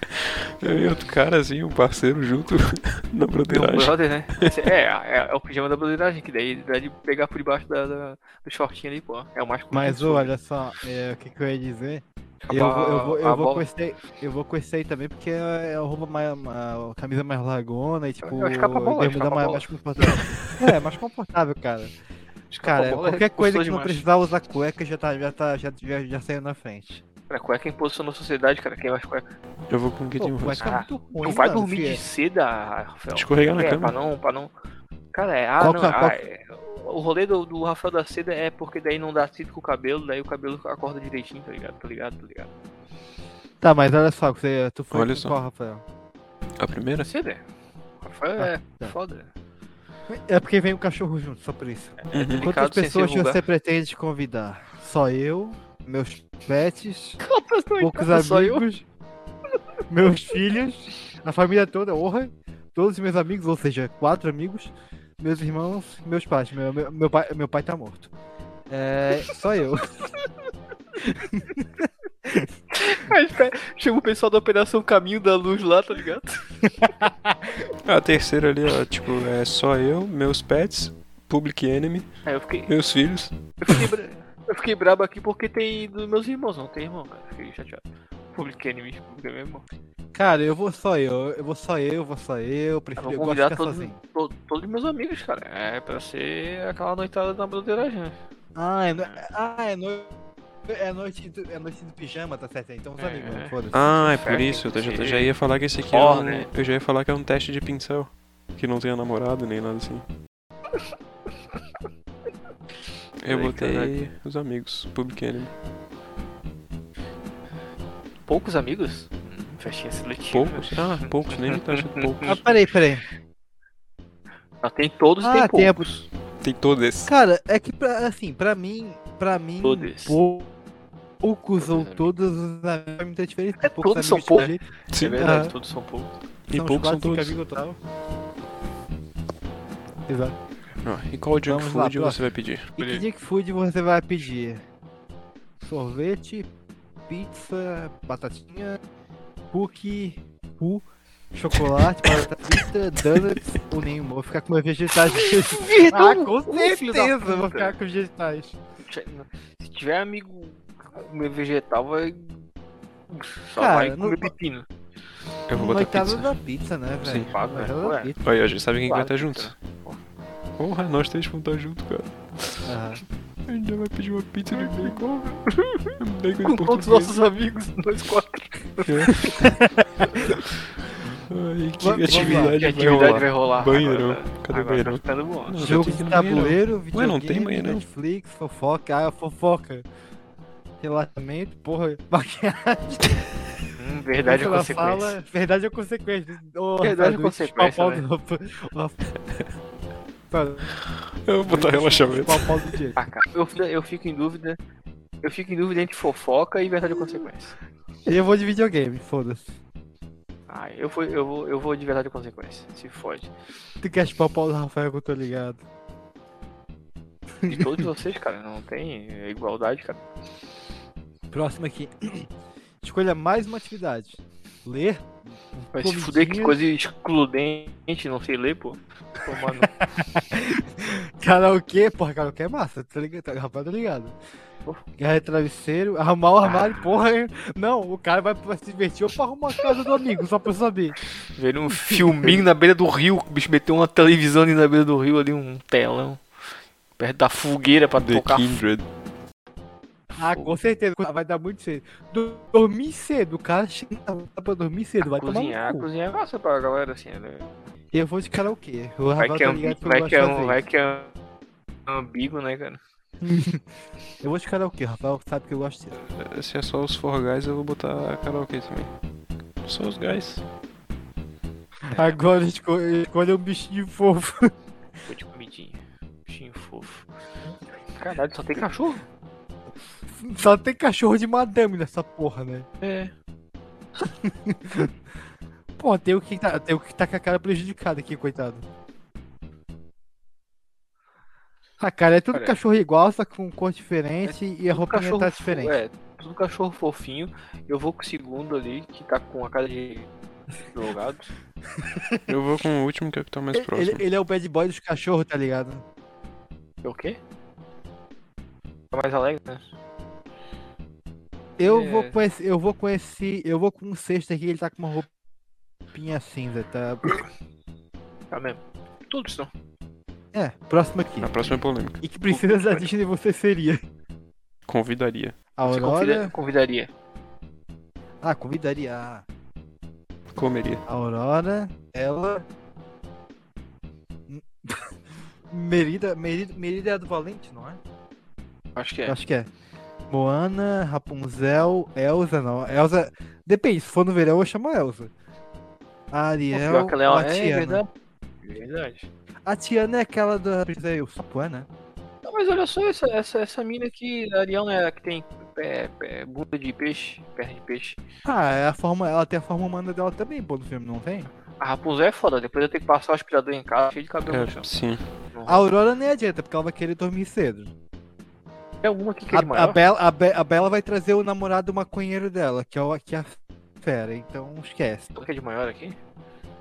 [SPEAKER 4] Eu e outro cara, assim, um parceiro junto na
[SPEAKER 2] Vem um
[SPEAKER 4] broderagem.
[SPEAKER 2] brother, né? Esse- É, é, é o pijama da broderagem, que daí dá de pegar por debaixo da, da- do shortinho ali, pô. É o mais
[SPEAKER 5] mas
[SPEAKER 2] curto.
[SPEAKER 5] olha só, é, o que, que eu ia dizer?
[SPEAKER 2] A
[SPEAKER 5] Eu,
[SPEAKER 2] ba-
[SPEAKER 5] vou- eu, vou,
[SPEAKER 2] a
[SPEAKER 5] eu, vou
[SPEAKER 2] bola-
[SPEAKER 5] com esse, aí- eu vou com esse aí também, porque é a roupa mais. uma- a camisa mais largona e tipo.
[SPEAKER 2] Eu acho que é pra bola, acho que é
[SPEAKER 5] bermuda
[SPEAKER 2] pra
[SPEAKER 5] mais,
[SPEAKER 2] bola.
[SPEAKER 5] mais confortável. é, mais confortável, cara. Cara,
[SPEAKER 2] Escapa a bola,
[SPEAKER 5] qualquer coisa que
[SPEAKER 2] gostou
[SPEAKER 5] não
[SPEAKER 2] demais.
[SPEAKER 5] precisar usar cueca já, tá, já, tá, já, já, já saiu na frente.
[SPEAKER 2] Cara, cueca é imposição na sociedade, cara. Quem vai cueca?
[SPEAKER 4] Eu vou com o que
[SPEAKER 5] Pô,
[SPEAKER 4] tem um
[SPEAKER 5] cueca é
[SPEAKER 2] Ah,
[SPEAKER 5] muito ruim,
[SPEAKER 2] não vai
[SPEAKER 5] mano, é
[SPEAKER 2] dormir
[SPEAKER 5] filho.
[SPEAKER 2] de seda, Rafael.
[SPEAKER 4] Escorregar na
[SPEAKER 2] é,
[SPEAKER 4] cama.
[SPEAKER 2] pra não, pra não. Cara, é. Ah,
[SPEAKER 5] Qual
[SPEAKER 2] não,
[SPEAKER 5] que é-
[SPEAKER 2] ah,
[SPEAKER 5] qual-
[SPEAKER 2] é- O rolê do, do Rafael da Seda é porque daí não dá cinto com o cabelo, daí o cabelo acorda direitinho, tá ligado? Tá ligado, tá ligado.
[SPEAKER 5] Tá, mas olha só, você, tu foi
[SPEAKER 4] Olha
[SPEAKER 5] com
[SPEAKER 4] só.
[SPEAKER 5] qual, Rafael?
[SPEAKER 4] A primeira?
[SPEAKER 2] Seda é. Rafael é
[SPEAKER 5] tá.
[SPEAKER 2] foda.
[SPEAKER 5] É porque vem um cachorro junto, só por isso.
[SPEAKER 4] Uhum.
[SPEAKER 5] Quantas
[SPEAKER 2] É sem ser
[SPEAKER 5] pessoas
[SPEAKER 2] vulgar.
[SPEAKER 5] você pretende convidar? Só eu, meus pets, poucos
[SPEAKER 2] Só eu.
[SPEAKER 5] amigos, meus filhos, a família toda, honra, todos os meus amigos, ou seja, quatro amigos, meus irmãos, meus pais. Meu, meu, meu pai, meu pai tá morto. É, só eu.
[SPEAKER 2] Aí fica- Chama o pessoal da Operação Caminho da Luz lá, tá ligado?
[SPEAKER 4] A terceira ali, ó, tipo, é só eu, meus pets, Public Enemy,
[SPEAKER 2] Aí É, eu fiquei.
[SPEAKER 4] meus filhos.
[SPEAKER 2] Eu fiquei, bra- eu fiquei brabo aqui porque tem dos meus irmãos, não tem irmão, cara. Fiquei chateado. Public Enemy, public meu irmão.
[SPEAKER 5] Cara, eu vou só eu, eu vou só eu, eu vou só eu, eu prefiro
[SPEAKER 2] vou
[SPEAKER 5] eu gosto de
[SPEAKER 2] convidar
[SPEAKER 5] ficar
[SPEAKER 2] todos-
[SPEAKER 5] sozinho.
[SPEAKER 2] Todo- Todos meus amigos, cara. É pra ser aquela noitada na broderagem, né?
[SPEAKER 5] Ah, é, no... ah, é noite. É noite, do, é noite do pijama, tá certo? Então os
[SPEAKER 2] É.
[SPEAKER 5] amigos, foda-se.
[SPEAKER 4] Ah, é
[SPEAKER 2] Certo,
[SPEAKER 4] por isso, eu já,
[SPEAKER 2] sim.
[SPEAKER 4] já ia falar que esse aqui é
[SPEAKER 2] Ó,
[SPEAKER 4] um,
[SPEAKER 2] né?
[SPEAKER 4] Eu já ia falar que é um teste de pincel. Que não tenha namorado nem nada assim. Eu
[SPEAKER 2] Ai,
[SPEAKER 4] botei os amigos, Public Enemy.
[SPEAKER 2] Poucos amigos? Hum, Festinha seletiva.
[SPEAKER 4] Poucos? Ah, poucos, nem tá achando
[SPEAKER 5] Ah,
[SPEAKER 4] poucos.
[SPEAKER 5] peraí, peraí.
[SPEAKER 2] Não, tem todos
[SPEAKER 5] Ah,
[SPEAKER 2] tem poucos.
[SPEAKER 5] tem a-
[SPEAKER 4] Tem todos.
[SPEAKER 5] Cara, é que pra, assim, pra mim, pra mim,
[SPEAKER 2] Todos.
[SPEAKER 5] pou- poucos ou
[SPEAKER 2] amigos.
[SPEAKER 5] todos os amigos faz muita diferença.
[SPEAKER 2] É,
[SPEAKER 5] poucos
[SPEAKER 2] todos são
[SPEAKER 5] amigos de
[SPEAKER 2] poucos.
[SPEAKER 5] jeito,
[SPEAKER 4] Sim,
[SPEAKER 2] É verdade,
[SPEAKER 5] Ah.
[SPEAKER 2] todos são poucos.
[SPEAKER 4] e
[SPEAKER 5] uns
[SPEAKER 4] poucos são
[SPEAKER 5] quatro, cinco
[SPEAKER 4] todos.
[SPEAKER 5] amigos e tal. Exato.
[SPEAKER 4] Ó, e qual junk
[SPEAKER 5] Vamos lá,
[SPEAKER 4] food você
[SPEAKER 5] próximo.
[SPEAKER 4] vai pedir?
[SPEAKER 5] E que junk food você vai pedir? Sorvete, pizza, batatinha, cookie, pu, chocolate, batata frita, donuts ou nenhum. Vou ficar com meus vegetais. ah, com
[SPEAKER 2] filho da
[SPEAKER 5] certeza vou
[SPEAKER 2] puta.
[SPEAKER 5] ficar com os vegetais.
[SPEAKER 2] Se tiver amigo comer vegetal, vai. Só
[SPEAKER 5] Cara,
[SPEAKER 2] vai
[SPEAKER 5] não-
[SPEAKER 2] comer pepino.
[SPEAKER 4] Eu vou botar
[SPEAKER 5] Noitada
[SPEAKER 4] pizza.
[SPEAKER 5] da pizza, né, velho?
[SPEAKER 4] Sim.
[SPEAKER 2] Pago, né?
[SPEAKER 5] Noitada da
[SPEAKER 2] Ué.
[SPEAKER 5] pizza.
[SPEAKER 4] Olha, gente sabe quem
[SPEAKER 2] Claro,
[SPEAKER 4] vai estar junto? Porra, nós três vamos estar junto, cara.
[SPEAKER 5] Aham.
[SPEAKER 4] A gente já vai pedir uma pizza de bacon, velho. Um bacon
[SPEAKER 2] Com
[SPEAKER 4] de
[SPEAKER 2] todos os
[SPEAKER 4] português.
[SPEAKER 2] nossos amigos, nós quatro.
[SPEAKER 4] Ai, que
[SPEAKER 5] Vamos lá.
[SPEAKER 4] atividade,
[SPEAKER 2] Que
[SPEAKER 4] vai rolar.
[SPEAKER 2] atividade vai rolar.
[SPEAKER 4] Banheirão.
[SPEAKER 2] Agora,
[SPEAKER 4] Cadê o
[SPEAKER 2] agora
[SPEAKER 4] banheirão?
[SPEAKER 2] Tá ficando bom.
[SPEAKER 4] Não,
[SPEAKER 5] Jogo de
[SPEAKER 4] já tem que ir no banheiro.
[SPEAKER 5] tabuleiro,
[SPEAKER 4] Ué, não tem
[SPEAKER 5] videogame,
[SPEAKER 4] banheiro, né?
[SPEAKER 5] Netflix, fofoca, ah, fofoca. Relatamento, porra, maquiagem,
[SPEAKER 2] Hum, verdade é
[SPEAKER 5] ela
[SPEAKER 2] consequência.
[SPEAKER 5] fala, verdade é consequência. Ô,
[SPEAKER 2] Verdade é
[SPEAKER 5] Rafael,
[SPEAKER 2] consequência,
[SPEAKER 5] chupar o
[SPEAKER 2] né?
[SPEAKER 5] pau do- Rafa- Rafa-
[SPEAKER 4] Eu vou botar relaxamento.
[SPEAKER 5] chupar o pau do Diego.
[SPEAKER 2] Ah, cara, eu, eu fico em dúvida. Eu fico em dúvida entre fofoca e verdade ou consequência.
[SPEAKER 5] Eu vou de videogame, foda-se.
[SPEAKER 2] Ah, eu vou, eu vou, eu vou de verdade ou consequência. Se fode.
[SPEAKER 5] Tu quer chupar o pau do Rafael que eu tô ligado.
[SPEAKER 2] De todos vocês, cara, não tem é, igualdade, cara.
[SPEAKER 5] Próximo aqui. Escolha mais uma atividade. Ler.
[SPEAKER 2] Vai se fuder, que coisa excludente, não sei ler, pô. Pô, mano.
[SPEAKER 5] Karaokê, porra, karaokê é massa, tá ligado? Tá- Rapaz, tá ligado?
[SPEAKER 2] Porra. Ah.
[SPEAKER 5] Guerra de travesseiro, arrumar o armário, porra. Não, o cara vai pra se divertir ou pra arrumar a casa do amigo, só pra eu saber.
[SPEAKER 2] Ver um filminho na beira do rio, o bicho meteu uma televisão ali na beira do rio, ali um telão. Perto da fogueira pra
[SPEAKER 4] The
[SPEAKER 2] tocar
[SPEAKER 4] Kindred.
[SPEAKER 5] Ah, com certeza, vai dar muito cedo. Do- Dormir cedo, o cara chega pra dormir cedo, vai
[SPEAKER 2] cozinhar,
[SPEAKER 5] tomar no cu.
[SPEAKER 2] cozinhar é massa pra galera assim, né?
[SPEAKER 5] Eu vou de karaokê. O
[SPEAKER 2] Vai
[SPEAKER 5] Rafael
[SPEAKER 2] que é,
[SPEAKER 5] tá
[SPEAKER 2] ambi-
[SPEAKER 5] ligado que eu
[SPEAKER 2] vai
[SPEAKER 5] gosto
[SPEAKER 2] que é,
[SPEAKER 5] de
[SPEAKER 2] um-
[SPEAKER 5] fazer
[SPEAKER 2] vai
[SPEAKER 5] isso.
[SPEAKER 2] que é um- ambíguo, né, cara?
[SPEAKER 5] Eu vou de karaokê, o Rafael sabe que eu gosto disso.
[SPEAKER 4] Se é só os For Guys, eu vou botar karaokê também. Só os guys.
[SPEAKER 5] Agora esco- escolha um bichinho fofo.
[SPEAKER 2] Vou de comidinha. tipo um Bichinho fofo. Caralho, só tem cachorro?
[SPEAKER 5] Só tem cachorro de madame nessa porra, né?
[SPEAKER 2] É.
[SPEAKER 5] Pô, tem o que tá, tem o que tá com a cara prejudicada aqui, coitado. A cara é tudo
[SPEAKER 2] Cara, é.
[SPEAKER 5] cachorro igual, só com cor diferente e a roupinha tá
[SPEAKER 2] fo-
[SPEAKER 5] diferente.
[SPEAKER 2] É, tudo cachorro fofinho. Eu vou com o segundo ali, que tá com a cara de drogado.
[SPEAKER 4] Eu vou com o último que é o que tá mais
[SPEAKER 5] Ele-
[SPEAKER 4] próximo.
[SPEAKER 5] ele, ele é o bad boy dos cachorros, tá ligado?
[SPEAKER 2] É o quê? Tá mais alegre, né?
[SPEAKER 5] Eu
[SPEAKER 2] É.
[SPEAKER 5] vou com esse, eu vou com esse, eu vou com um sexto aqui, ele tá com uma roupinha cinza, tá?
[SPEAKER 2] Tá mesmo. Todos estão.
[SPEAKER 5] É, próximo aqui.
[SPEAKER 4] Na próxima é polêmica.
[SPEAKER 5] E que princesa da Disney você seria?
[SPEAKER 4] Convidaria.
[SPEAKER 5] A
[SPEAKER 2] Você
[SPEAKER 5] Aurora?
[SPEAKER 2] convida- convidaria.
[SPEAKER 5] Ah, convidaria a
[SPEAKER 4] Comeria.
[SPEAKER 5] Aurora, ela. Merida, Merida, Merida é a do Valente, não é?
[SPEAKER 2] Acho que é.
[SPEAKER 5] Eu Acho que é. Moana, Rapunzel, Elsa, não. Elsa. Depende, se for no verão eu chamo a Elsa. A
[SPEAKER 2] Pô,
[SPEAKER 5] Ariel.
[SPEAKER 2] pior que ela é,
[SPEAKER 5] ou
[SPEAKER 2] uma-
[SPEAKER 5] a
[SPEAKER 2] é
[SPEAKER 5] Tiana.
[SPEAKER 2] verdade. É Verdade.
[SPEAKER 5] A Tiana é aquela da Princesa e o Sapuã, né?
[SPEAKER 2] Não, mas olha só essa, essa, essa mina aqui, a Ariana, ela que tem pé, pé, bunda de peixe, perna de peixe.
[SPEAKER 5] Ah, é a forma, ela tem a forma humana dela também, pô, no filme, não tem?
[SPEAKER 2] A Rapunzel é foda, depois eu tenho que passar o aspirador em casa, cheio de cabelo no chão.
[SPEAKER 4] É, sim.
[SPEAKER 5] A Aurora nem adianta, porque ela vai querer dormir cedo.
[SPEAKER 2] Tem alguma aqui que
[SPEAKER 5] A,
[SPEAKER 2] é
[SPEAKER 5] a
[SPEAKER 2] de maior?
[SPEAKER 5] Bela, a, Be- a Bela vai trazer o namorado maconheiro dela, que é, o, que é a fera, então esquece.
[SPEAKER 2] Tem alguma que é de maior aqui?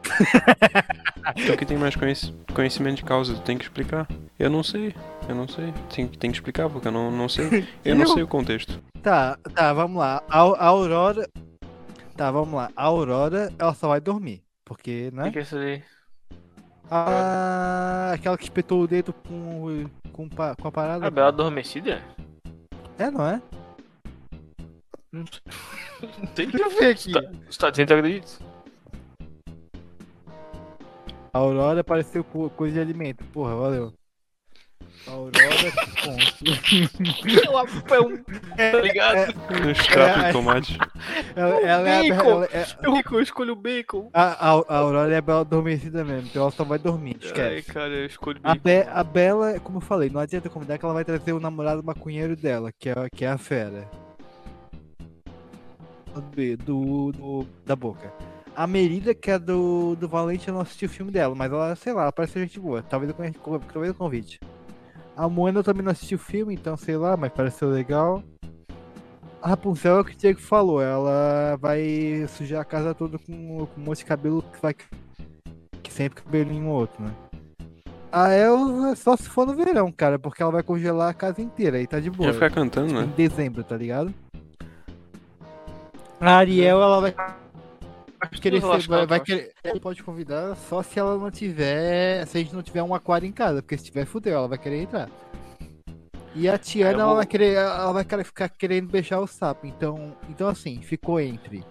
[SPEAKER 4] Tu Então, que tem mais conheci- conhecimento de causa, tu tem que explicar. Eu não sei. Eu não sei. Tem, tem que explicar, porque eu não, não sei. Eu não
[SPEAKER 5] Eu-
[SPEAKER 4] sei o contexto.
[SPEAKER 5] Tá, tá, vamos lá. A, a Aurora. Tá, vamos lá. A Aurora, ela só vai dormir. Porque,
[SPEAKER 2] O que
[SPEAKER 5] né?
[SPEAKER 2] que é isso aí?
[SPEAKER 5] Ah, aquela que espetou o dedo com, o- com, pa- com a parada.
[SPEAKER 2] A Ah, Bela Adormecida?
[SPEAKER 5] É, não é?
[SPEAKER 2] Não sei. Não sei.
[SPEAKER 5] Deixa eu ver aqui.
[SPEAKER 2] Tá. Você tá dizendo que acredita?
[SPEAKER 5] A Aurora pareceu co- coisa de alimento. Porra, valeu. A Aurora. ponto.
[SPEAKER 2] É um. Tá ligado?
[SPEAKER 4] Um extrato de tomate.
[SPEAKER 5] Ela, ela é, a-
[SPEAKER 2] Bacon.
[SPEAKER 5] ela é-
[SPEAKER 2] Eu, eu escolho o bacon.
[SPEAKER 5] a, a- a Aurora é a bela adormecida mesmo, então ela só vai dormir,
[SPEAKER 2] Ai,
[SPEAKER 5] esquece.
[SPEAKER 2] cara, eu escolho o
[SPEAKER 5] A,
[SPEAKER 2] bacon.
[SPEAKER 5] Be a Bela, como eu falei, não adianta convidar que ela vai trazer o namorado maconheiro dela, que é, que é a fera. Do, do, do- da boca. A Merida, que é do, do Valente, eu não assisti o filme dela, mas ela, sei lá, ela parece ser gente boa. Talvez eu, conhe- co- talvez eu convide. A Moana eu também não assisti o filme, então sei lá, mas pareceu legal. A Rapunzel é o que o Diego falou, ela vai sujar a casa toda com, com um monte de cabelo que vai. Que sempre cabelinho outro, né? A Elsa só se for no verão, cara, porque ela vai congelar a casa inteira aí tá de boa.
[SPEAKER 4] Vai ficar cantando,
[SPEAKER 5] Em
[SPEAKER 4] né?
[SPEAKER 5] dezembro, tá ligado? A Ariel, ela vai querer ser, vai, vai querer, ela pode convidar só se ela não tiver, se a gente não tiver um aquário em casa, porque se tiver fudeu, ela vai querer entrar. E a Tiana,
[SPEAKER 2] vou-
[SPEAKER 5] ela vai querer, ela vai querer- ficar querendo beijar o sapo, então, então assim, ficou entre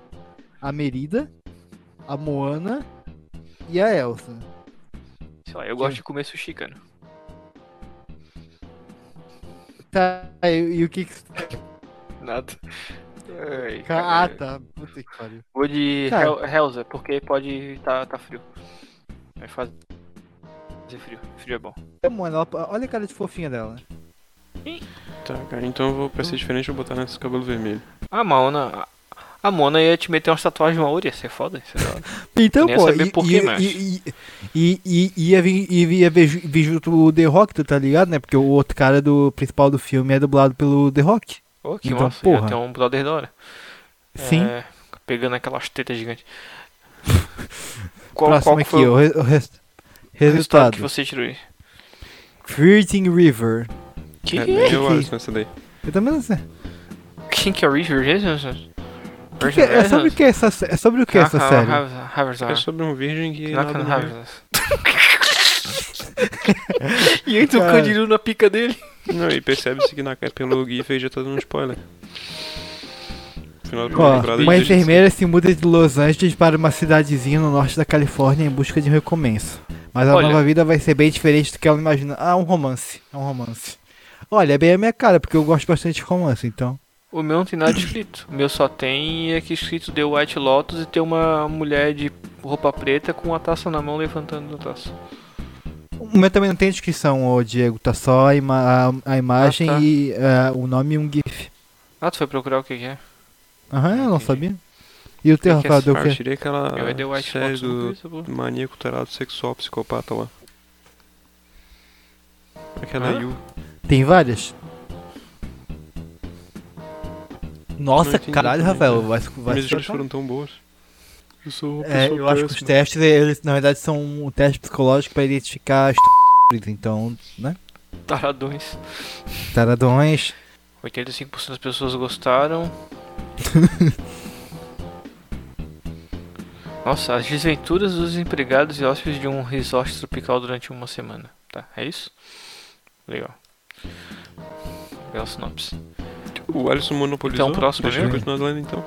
[SPEAKER 5] a Merida, a Moana e a Elsa.
[SPEAKER 2] Sei lá, eu gosto de comer sushi, cara.
[SPEAKER 5] Tá, e, e o que que...
[SPEAKER 2] Nada. Ai,
[SPEAKER 5] Ah,
[SPEAKER 2] cara.
[SPEAKER 5] tá. Puta que pariu.
[SPEAKER 2] Vou de
[SPEAKER 5] Tá.
[SPEAKER 2] Hel- Helza, porque pode tá, tá frio. Vai faz- fazer frio. Frio é bom.
[SPEAKER 5] Tá, Moana, ela- olha a cara de fofinha dela.
[SPEAKER 4] Tá, cara, então eu vou, pra ser diferente, eu vou botar nesse cabelo vermelho.
[SPEAKER 2] A Mona. A Mona ia te meter umas tatuagens maori, ia ser foda. Sei lá.
[SPEAKER 5] Então,
[SPEAKER 2] Nem
[SPEAKER 5] pô,
[SPEAKER 2] saber
[SPEAKER 5] e-
[SPEAKER 2] por né?
[SPEAKER 5] e-
[SPEAKER 2] que, mas-
[SPEAKER 5] e, e, e, e ia vir, e ia vir, ju- vir junto o The Rock, tá ligado, né? Porque o outro cara do principal do filme é dublado pelo The Rock.
[SPEAKER 2] Ô, que
[SPEAKER 5] Então,
[SPEAKER 2] massa, ia
[SPEAKER 5] porra.
[SPEAKER 2] ter um brother da hora.
[SPEAKER 5] Sim.
[SPEAKER 2] É, pegando aquelas tetas gigantes. qual,
[SPEAKER 5] Próximo
[SPEAKER 2] qual que
[SPEAKER 5] aqui,
[SPEAKER 2] foi o
[SPEAKER 5] o, re- o res-
[SPEAKER 2] resultado
[SPEAKER 5] resultado.
[SPEAKER 2] que você tirou aí?
[SPEAKER 5] Virgin River.
[SPEAKER 2] Que?
[SPEAKER 4] É, nem eu
[SPEAKER 5] que-
[SPEAKER 4] acho nessa daí.
[SPEAKER 5] Eu também não sei.
[SPEAKER 2] Quem que é Richard Jesus?
[SPEAKER 5] Que que é, é sobre o que essa, sé- é sobre o que essa série?
[SPEAKER 2] Tá.
[SPEAKER 4] É sobre um virgem que. nada no rio.
[SPEAKER 2] E entra o
[SPEAKER 5] Cara.
[SPEAKER 2] Candiru na pica dele.
[SPEAKER 4] é. Não, e percebe-se que na, é pelo GIF aí já tá dando spoiler. Final da primeira
[SPEAKER 5] Ó,
[SPEAKER 4] temporada
[SPEAKER 5] uma
[SPEAKER 4] já-
[SPEAKER 5] enfermeira se muda de Los Angeles para uma cidadezinha no norte da Califórnia em busca de recompensa. Mas a
[SPEAKER 2] Olha.
[SPEAKER 5] nova vida vai ser bem diferente do que ela imagina. Ah, um romance. É um romance. Olha, é bem a minha cara, porque eu gosto bastante de romance, então.
[SPEAKER 2] O meu não tem nada escrito. O meu só tem aqui escrito The White Lotus e tem uma mulher de roupa preta com a taça na mão levantando a taça.
[SPEAKER 5] O meu também não tem descrição, ô Diego, tá só a, ima- a- a imagem
[SPEAKER 2] Ah, tá.
[SPEAKER 5] e ah, o nome e um GIF.
[SPEAKER 2] Ah, tu foi procurar o que que é?
[SPEAKER 5] Aham, eu não
[SPEAKER 2] Entendi.
[SPEAKER 5] sabia. E o teu,
[SPEAKER 2] que é
[SPEAKER 5] Rafael, deu o
[SPEAKER 4] Ah, eu
[SPEAKER 5] quê?
[SPEAKER 4] tirei aquela
[SPEAKER 2] eu é The White
[SPEAKER 4] série
[SPEAKER 2] Lotus.
[SPEAKER 4] do
[SPEAKER 2] não precisa, pô.
[SPEAKER 4] maníaco tarado sexual psicopata lá. Aquela
[SPEAKER 2] Hã?
[SPEAKER 4] Yu.
[SPEAKER 5] Tem várias?
[SPEAKER 4] Não
[SPEAKER 5] Nossa,
[SPEAKER 4] entendi
[SPEAKER 5] caralho,
[SPEAKER 4] também,
[SPEAKER 5] Rafael,
[SPEAKER 4] cara.
[SPEAKER 5] vai, vai
[SPEAKER 4] Mas
[SPEAKER 5] se
[SPEAKER 4] eles
[SPEAKER 5] tratar.
[SPEAKER 4] foram tão boas. Eu sou uma
[SPEAKER 5] É, eu acho que os testes, eles, na verdade, são um teste psicológico pra identificar as t... Então, né?
[SPEAKER 2] Taradões.
[SPEAKER 5] Taradões.
[SPEAKER 2] 85% das pessoas gostaram. Nossa, as desventuras dos empregados e hóspedes de um resort tropical durante uma semana. Tá, é isso? Legal. Legal sinopse.
[SPEAKER 4] Tipo, O Alisson monopolizou.
[SPEAKER 2] Então, próximo
[SPEAKER 4] Deixa eu
[SPEAKER 5] mesmo?
[SPEAKER 4] continuar lendo então.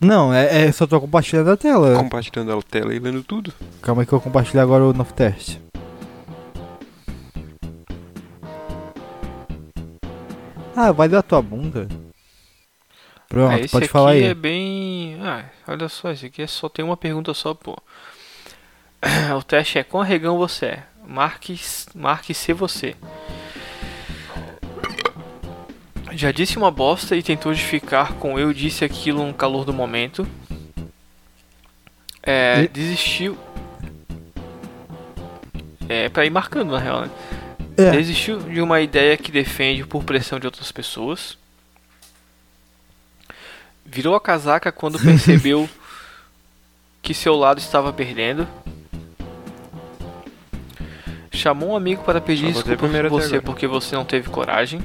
[SPEAKER 5] Não, é, é só tô compartilhando a tela.
[SPEAKER 4] Compartilhando a tela e lendo tudo.
[SPEAKER 5] Calma aí que eu compartilho agora o novo teste. Ah, vai dar tua bunda. Pronto,
[SPEAKER 2] é, esse
[SPEAKER 5] pode
[SPEAKER 2] aqui
[SPEAKER 5] falar aí.
[SPEAKER 2] é bem. Ah, olha só, esse aqui é só tem uma pergunta só, pô. O teste é quão arregão você é? Marque, marque ser você. Já disse uma bosta e tentou justificar com eu disse aquilo no calor do momento. É,
[SPEAKER 5] E-
[SPEAKER 2] desistiu. É, pra ir marcando na real, né?
[SPEAKER 5] É.
[SPEAKER 2] Desistiu de uma ideia que defende por pressão de outras pessoas. Virou a casaca quando percebeu que seu lado estava perdendo. Chamou um amigo para pedir
[SPEAKER 4] Só botei
[SPEAKER 2] desculpa por
[SPEAKER 4] primeiro até
[SPEAKER 2] você
[SPEAKER 4] agora.
[SPEAKER 2] porque você não teve coragem.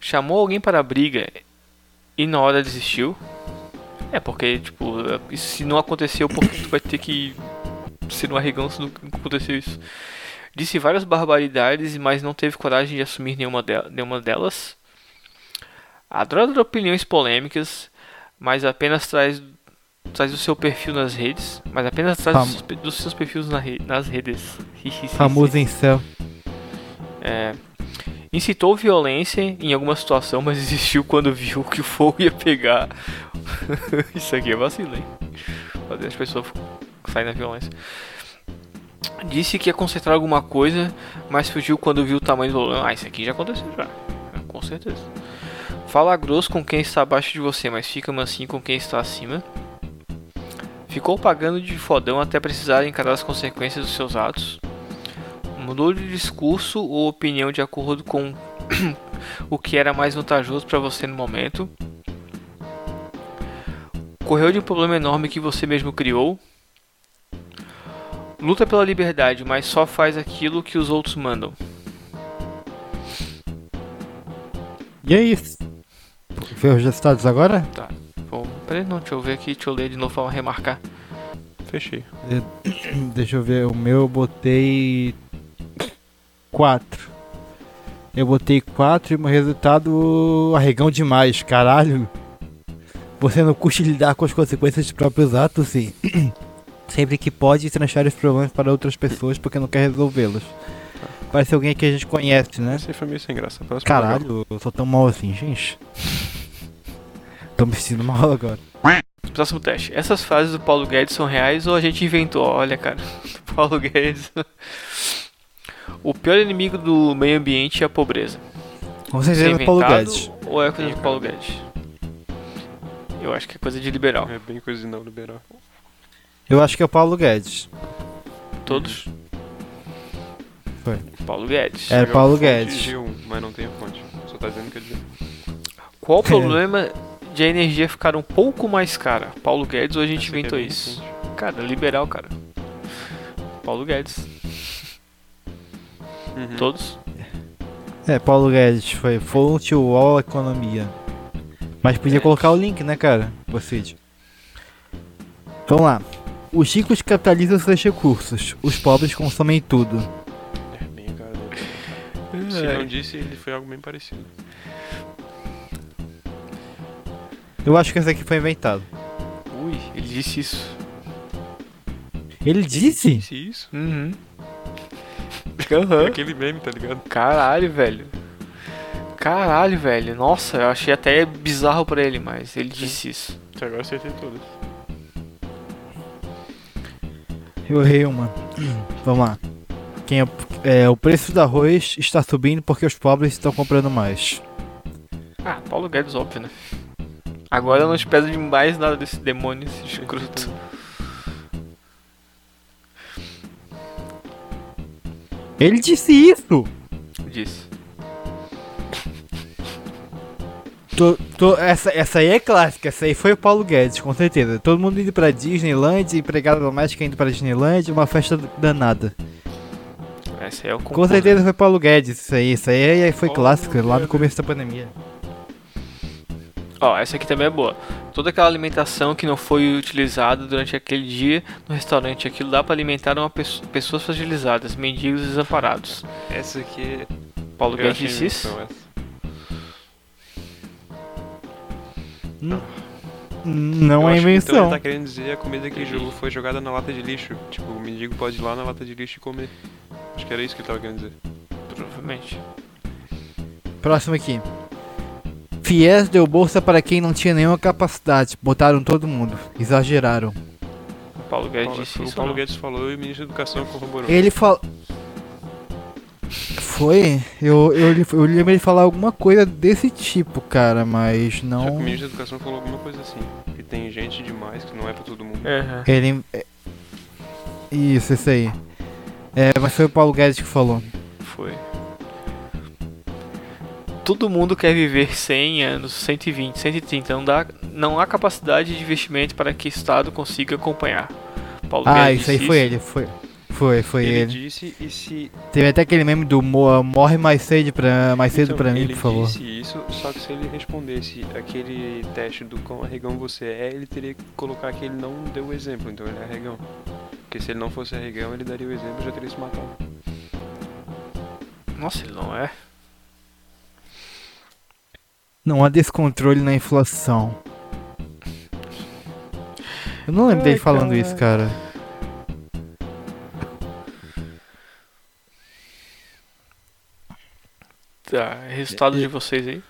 [SPEAKER 2] Chamou alguém para a briga e na hora desistiu. É porque, tipo, se não aconteceu, por que tu vai ter que ser um arregão se não aconteceu isso? Disse várias barbaridades, mas não teve coragem de assumir nenhuma, del- nenhuma delas. Adora opiniões polêmicas, mas apenas traz, traz o seu perfil nas redes. Mas apenas traz
[SPEAKER 5] Fam-
[SPEAKER 2] os seus pe- dos seus perfis na re- nas redes.
[SPEAKER 5] Famoso em céu.
[SPEAKER 2] É, incitou violência em alguma situação, mas desistiu quando viu que o fogo ia pegar. Isso aqui é vacilo, hein? Fazer as pessoas saírem na violência. Disse que ia concentrar alguma coisa, mas fugiu quando viu o tamanho do problema. Ah, isso aqui já aconteceu já. É, Com certeza. Fala grosso com quem está abaixo de você, mas fica mansinho com quem está acima. Ficou pagando de fodão até precisar encarar as consequências dos seus atos mudou de discurso ou opinião de acordo com o que era mais vantajoso para você no momento. Correu de um problema enorme que você mesmo criou. Luta pela liberdade, mas só faz aquilo que os outros mandam.
[SPEAKER 5] E é isso. Vê os resultados agora?
[SPEAKER 2] Bom, peraí, não, deixa eu ver aqui, deixa eu ler de novo para remarcar.
[SPEAKER 4] Fechei.
[SPEAKER 5] Deixa eu ver, o meu eu botei 4. Eu botei 4 e meu resultado arregão demais, caralho. Você não curte lidar com as consequências dos próprios atos e sempre que pode transfere os problemas para outras pessoas porque não quer resolvê-los. Parece alguém que a gente conhece, né?
[SPEAKER 4] Essa aí foi meio sem graça. A próxima é legal.
[SPEAKER 5] Caralho, eu sou tão mal assim, gente. Tô me sentindo mal agora.
[SPEAKER 2] Próximo teste. Essas frases do Paulo Guedes são reais ou a gente inventou? Olha, cara. Paulo Guedes. O pior inimigo do meio ambiente é a pobreza.
[SPEAKER 5] Com certeza,
[SPEAKER 2] Isso é
[SPEAKER 5] Paulo
[SPEAKER 2] inventado
[SPEAKER 5] Guedes.
[SPEAKER 2] Ou é coisa de Paulo Guedes? Eu acho que é coisa de liberal.
[SPEAKER 4] É bem coisa de não liberal.
[SPEAKER 5] Eu acho que é o Paulo Guedes.
[SPEAKER 2] Todos?
[SPEAKER 5] Foi.
[SPEAKER 2] Paulo Guedes.
[SPEAKER 5] É
[SPEAKER 4] Legal,
[SPEAKER 5] Paulo
[SPEAKER 4] fonte
[SPEAKER 5] Guedes.
[SPEAKER 4] Gil, mas não tem a fonte. Só tá dizendo que é de
[SPEAKER 2] Qual o problema de a energia ficar um pouco mais cara? Paulo Guedes ou a gente
[SPEAKER 4] Essa aqui é
[SPEAKER 2] inventou
[SPEAKER 4] bem
[SPEAKER 2] isso?
[SPEAKER 4] recente.
[SPEAKER 2] Cara, liberal, cara. Paulo Guedes.
[SPEAKER 4] Uhum.
[SPEAKER 2] Todos?
[SPEAKER 5] É, Paulo Guedes foi fonte UOL Economia. Mas podia colocar o link, né, cara? Vocês. Vamos lá. Os ricos capitalizam seus recursos, os pobres consomem tudo.
[SPEAKER 4] É bem a cara dele. Se
[SPEAKER 5] É.
[SPEAKER 4] não disse, ele foi algo bem parecido.
[SPEAKER 5] Eu acho que esse aqui foi inventado.
[SPEAKER 2] Ui, ele disse isso.
[SPEAKER 5] Ele disse?
[SPEAKER 4] Disse isso?
[SPEAKER 2] Uhum.
[SPEAKER 4] É
[SPEAKER 2] Aham.
[SPEAKER 4] aquele meme, tá ligado?
[SPEAKER 2] Caralho, velho. Caralho, velho. Nossa, eu achei até bizarro pra ele, mas ele disse isso.
[SPEAKER 4] Até agora acertei todas.
[SPEAKER 5] Eu errei uma. Vamos lá. Quem é, é, o preço do arroz está subindo porque os pobres estão comprando mais.
[SPEAKER 2] Ah, Paulo Guedes, óbvio, né? Agora eu não espero de mais nada desse demônio, esse escroto.
[SPEAKER 5] Ele disse isso!
[SPEAKER 2] Disse.
[SPEAKER 5] Tô- tô- essa, essa aí é clássica, essa aí foi o Paulo Guedes, com certeza. Todo mundo indo pra Disneyland, empregada doméstica indo pra Disneyland, uma festa danada.
[SPEAKER 2] Essa é o
[SPEAKER 5] Com certeza foi Paulo Guedes, isso aí, isso aí aí foi
[SPEAKER 4] Paulo
[SPEAKER 5] clássico, lá no
[SPEAKER 4] Guedes.
[SPEAKER 5] começo da pandemia.
[SPEAKER 2] Ó, essa aqui também é boa. Toda aquela alimentação que não foi utilizada durante aquele dia no restaurante, aquilo dá pra alimentar uma pesso- pessoas fragilizadas, mendigos e desamparados.
[SPEAKER 4] Essa aqui
[SPEAKER 2] é Paulo
[SPEAKER 4] eu
[SPEAKER 2] Guedes
[SPEAKER 4] achei
[SPEAKER 2] disse isso?
[SPEAKER 4] invenção, essa.
[SPEAKER 5] Não
[SPEAKER 4] Eu
[SPEAKER 5] é
[SPEAKER 4] acho que, Então
[SPEAKER 5] invenção.
[SPEAKER 4] ele tá querendo dizer a comida que jogou foi jogada na lata de lixo. Tipo, o mendigo pode ir lá na lata de lixo e comer. Acho que era isso que ele tava querendo dizer.
[SPEAKER 2] Provavelmente.
[SPEAKER 5] Próximo aqui. Fies deu bolsa para quem não tinha nenhuma capacidade, botaram todo mundo, exageraram.
[SPEAKER 2] Paulo Guedes
[SPEAKER 4] Paulo-
[SPEAKER 2] disse
[SPEAKER 4] o
[SPEAKER 2] isso.
[SPEAKER 4] Paulo
[SPEAKER 2] ou não?
[SPEAKER 4] Guedes falou e o ministro da Educação corroborou.
[SPEAKER 5] Ele falou. Foi? Eu, eu, li- eu lembro ele falar alguma coisa desse tipo, cara, mas
[SPEAKER 4] Só que
[SPEAKER 5] não.
[SPEAKER 4] o ministro da Educação falou alguma coisa assim. Que tem gente demais, que não é pra todo mundo.
[SPEAKER 2] Aham.
[SPEAKER 5] Ele. é- Isso, isso aí. É, mas foi o Paulo Guedes que falou.
[SPEAKER 2] Foi. Todo mundo quer viver 100 anos, 120, 130. Não, dá, não há capacidade de investimento para que o Estado consiga acompanhar. Paulo
[SPEAKER 5] Ah,
[SPEAKER 2] Guedes
[SPEAKER 5] isso aí
[SPEAKER 2] disse
[SPEAKER 5] foi ele, foi. Foi, foi
[SPEAKER 4] ele,
[SPEAKER 5] ele.
[SPEAKER 4] disse e se.
[SPEAKER 5] Teve até aquele meme do mo- morre mais cedo pra, mais É cedo
[SPEAKER 4] Então,
[SPEAKER 5] pra mim,
[SPEAKER 4] ele
[SPEAKER 5] por favor.
[SPEAKER 4] disse isso, só que se ele respondesse aquele teste do quão arregão você é, ele teria que colocar que ele não deu o exemplo, então ele é arregão. Porque se ele não fosse arregão, ele daria o exemplo e já teria se matado.
[SPEAKER 2] Nossa, ele não é.
[SPEAKER 5] Não há descontrole na inflação. Eu não lembro dele falando isso, cara.
[SPEAKER 2] Tá, resultado de vocês aí.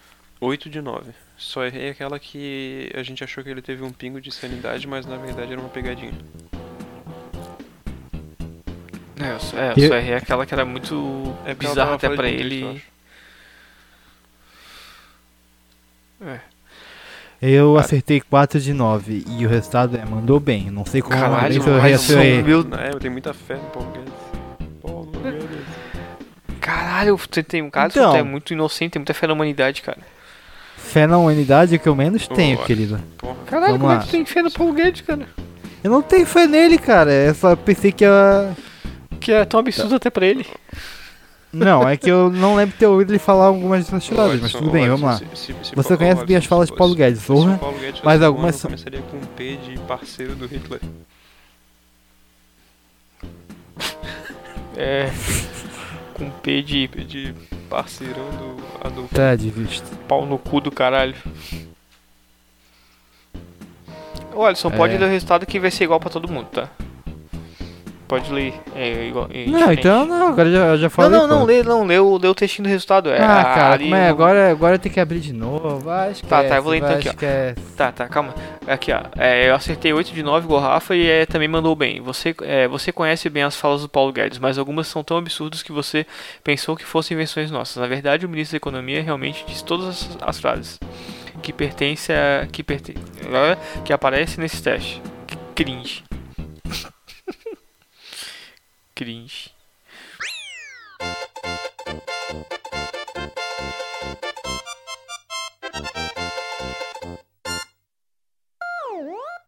[SPEAKER 4] 8 de 9. Só errei aquela que a gente achou que ele teve um pingo de sanidade, mas na verdade era uma pegadinha.
[SPEAKER 2] É, eu só, é,
[SPEAKER 5] E-
[SPEAKER 2] eu só errei aquela que era muito
[SPEAKER 4] É porque ela
[SPEAKER 2] bizarra
[SPEAKER 4] tava
[SPEAKER 2] até
[SPEAKER 4] fora
[SPEAKER 2] pra
[SPEAKER 4] de contexto, eu
[SPEAKER 2] ele.
[SPEAKER 4] acho.
[SPEAKER 5] Eu acertei 4 de 9 e o resultado é mandou bem. Não sei como
[SPEAKER 2] Caralho,
[SPEAKER 5] isso eu
[SPEAKER 2] mas
[SPEAKER 5] ia
[SPEAKER 2] são-
[SPEAKER 5] ser-
[SPEAKER 2] Meu-
[SPEAKER 4] Não, é, eu tenho muita fé no Paulo Guedes. Paulo Guedes.
[SPEAKER 2] Caralho, tu tem um cara
[SPEAKER 5] Então.
[SPEAKER 2] tu é muito inocente, tem muita fé na humanidade, cara.
[SPEAKER 5] fé na humanidade é o que eu menos
[SPEAKER 4] Boa.
[SPEAKER 5] tenho, querida.
[SPEAKER 4] Porra.
[SPEAKER 2] Caralho,
[SPEAKER 5] Vamos
[SPEAKER 2] como
[SPEAKER 5] lá.
[SPEAKER 2] é que tu tem fé no Paulo Guedes, cara?
[SPEAKER 5] Eu não tenho fé nele, cara. Eu só pensei que ela.
[SPEAKER 2] Que é tão
[SPEAKER 5] Tá.
[SPEAKER 2] absurdo até pra ele.
[SPEAKER 5] Não, é que eu não lembro ter ouvido ele falar algumas dessas
[SPEAKER 4] Ô,
[SPEAKER 5] tiradas,
[SPEAKER 4] Edson,
[SPEAKER 5] mas tudo bem,
[SPEAKER 4] ô,
[SPEAKER 5] vamos lá.
[SPEAKER 4] Edson, se- se- se
[SPEAKER 5] Você
[SPEAKER 4] Paulo-
[SPEAKER 5] conhece
[SPEAKER 4] ô,
[SPEAKER 5] bem as
[SPEAKER 4] Edson,
[SPEAKER 5] falas de
[SPEAKER 4] se-
[SPEAKER 5] Paulo Guedes,
[SPEAKER 4] se o
[SPEAKER 5] orra,
[SPEAKER 4] Paulo Guedes fosse
[SPEAKER 5] mas
[SPEAKER 4] humano,
[SPEAKER 5] algumas
[SPEAKER 4] eu
[SPEAKER 5] são-
[SPEAKER 4] começaria com um P de parceiro do Hitler.
[SPEAKER 2] É. Com P de
[SPEAKER 4] P de parceirão do Adolfo.
[SPEAKER 5] Verdade, visto.
[SPEAKER 2] Pau no cu do caralho. O Alisson, pode
[SPEAKER 5] É.
[SPEAKER 2] ler o resultado que vai ser igual pra todo mundo, tá? Pode ler. É, igual, é
[SPEAKER 5] Não,
[SPEAKER 2] diferente.
[SPEAKER 5] então não, agora já, já
[SPEAKER 2] Não,
[SPEAKER 5] falei.
[SPEAKER 2] não, não,
[SPEAKER 5] pô.
[SPEAKER 2] lê, não, lê o, lê o textinho do resultado. É,
[SPEAKER 5] Ah,
[SPEAKER 2] a-
[SPEAKER 5] cara,
[SPEAKER 2] ali
[SPEAKER 5] como é?
[SPEAKER 2] no-
[SPEAKER 5] Agora, agora tem que abrir de novo. é Vai, esquece,
[SPEAKER 2] Tá, tá, eu vou ler então
[SPEAKER 5] vai,
[SPEAKER 2] aqui, ó.
[SPEAKER 5] esquece.
[SPEAKER 2] Tá, tá, calma. Aqui, ó. É, eu acertei 8 de 9 igual o Rafa e é, também mandou bem. Você, é, você conhece bem as falas do Paulo Guedes, mas algumas são tão absurdas que você pensou que fossem invenções nossas. Na verdade, o ministro da Economia realmente disse todas as, as frases que pertence a. que perten ah, que aparece nesse teste. C- Cringe. Cringe.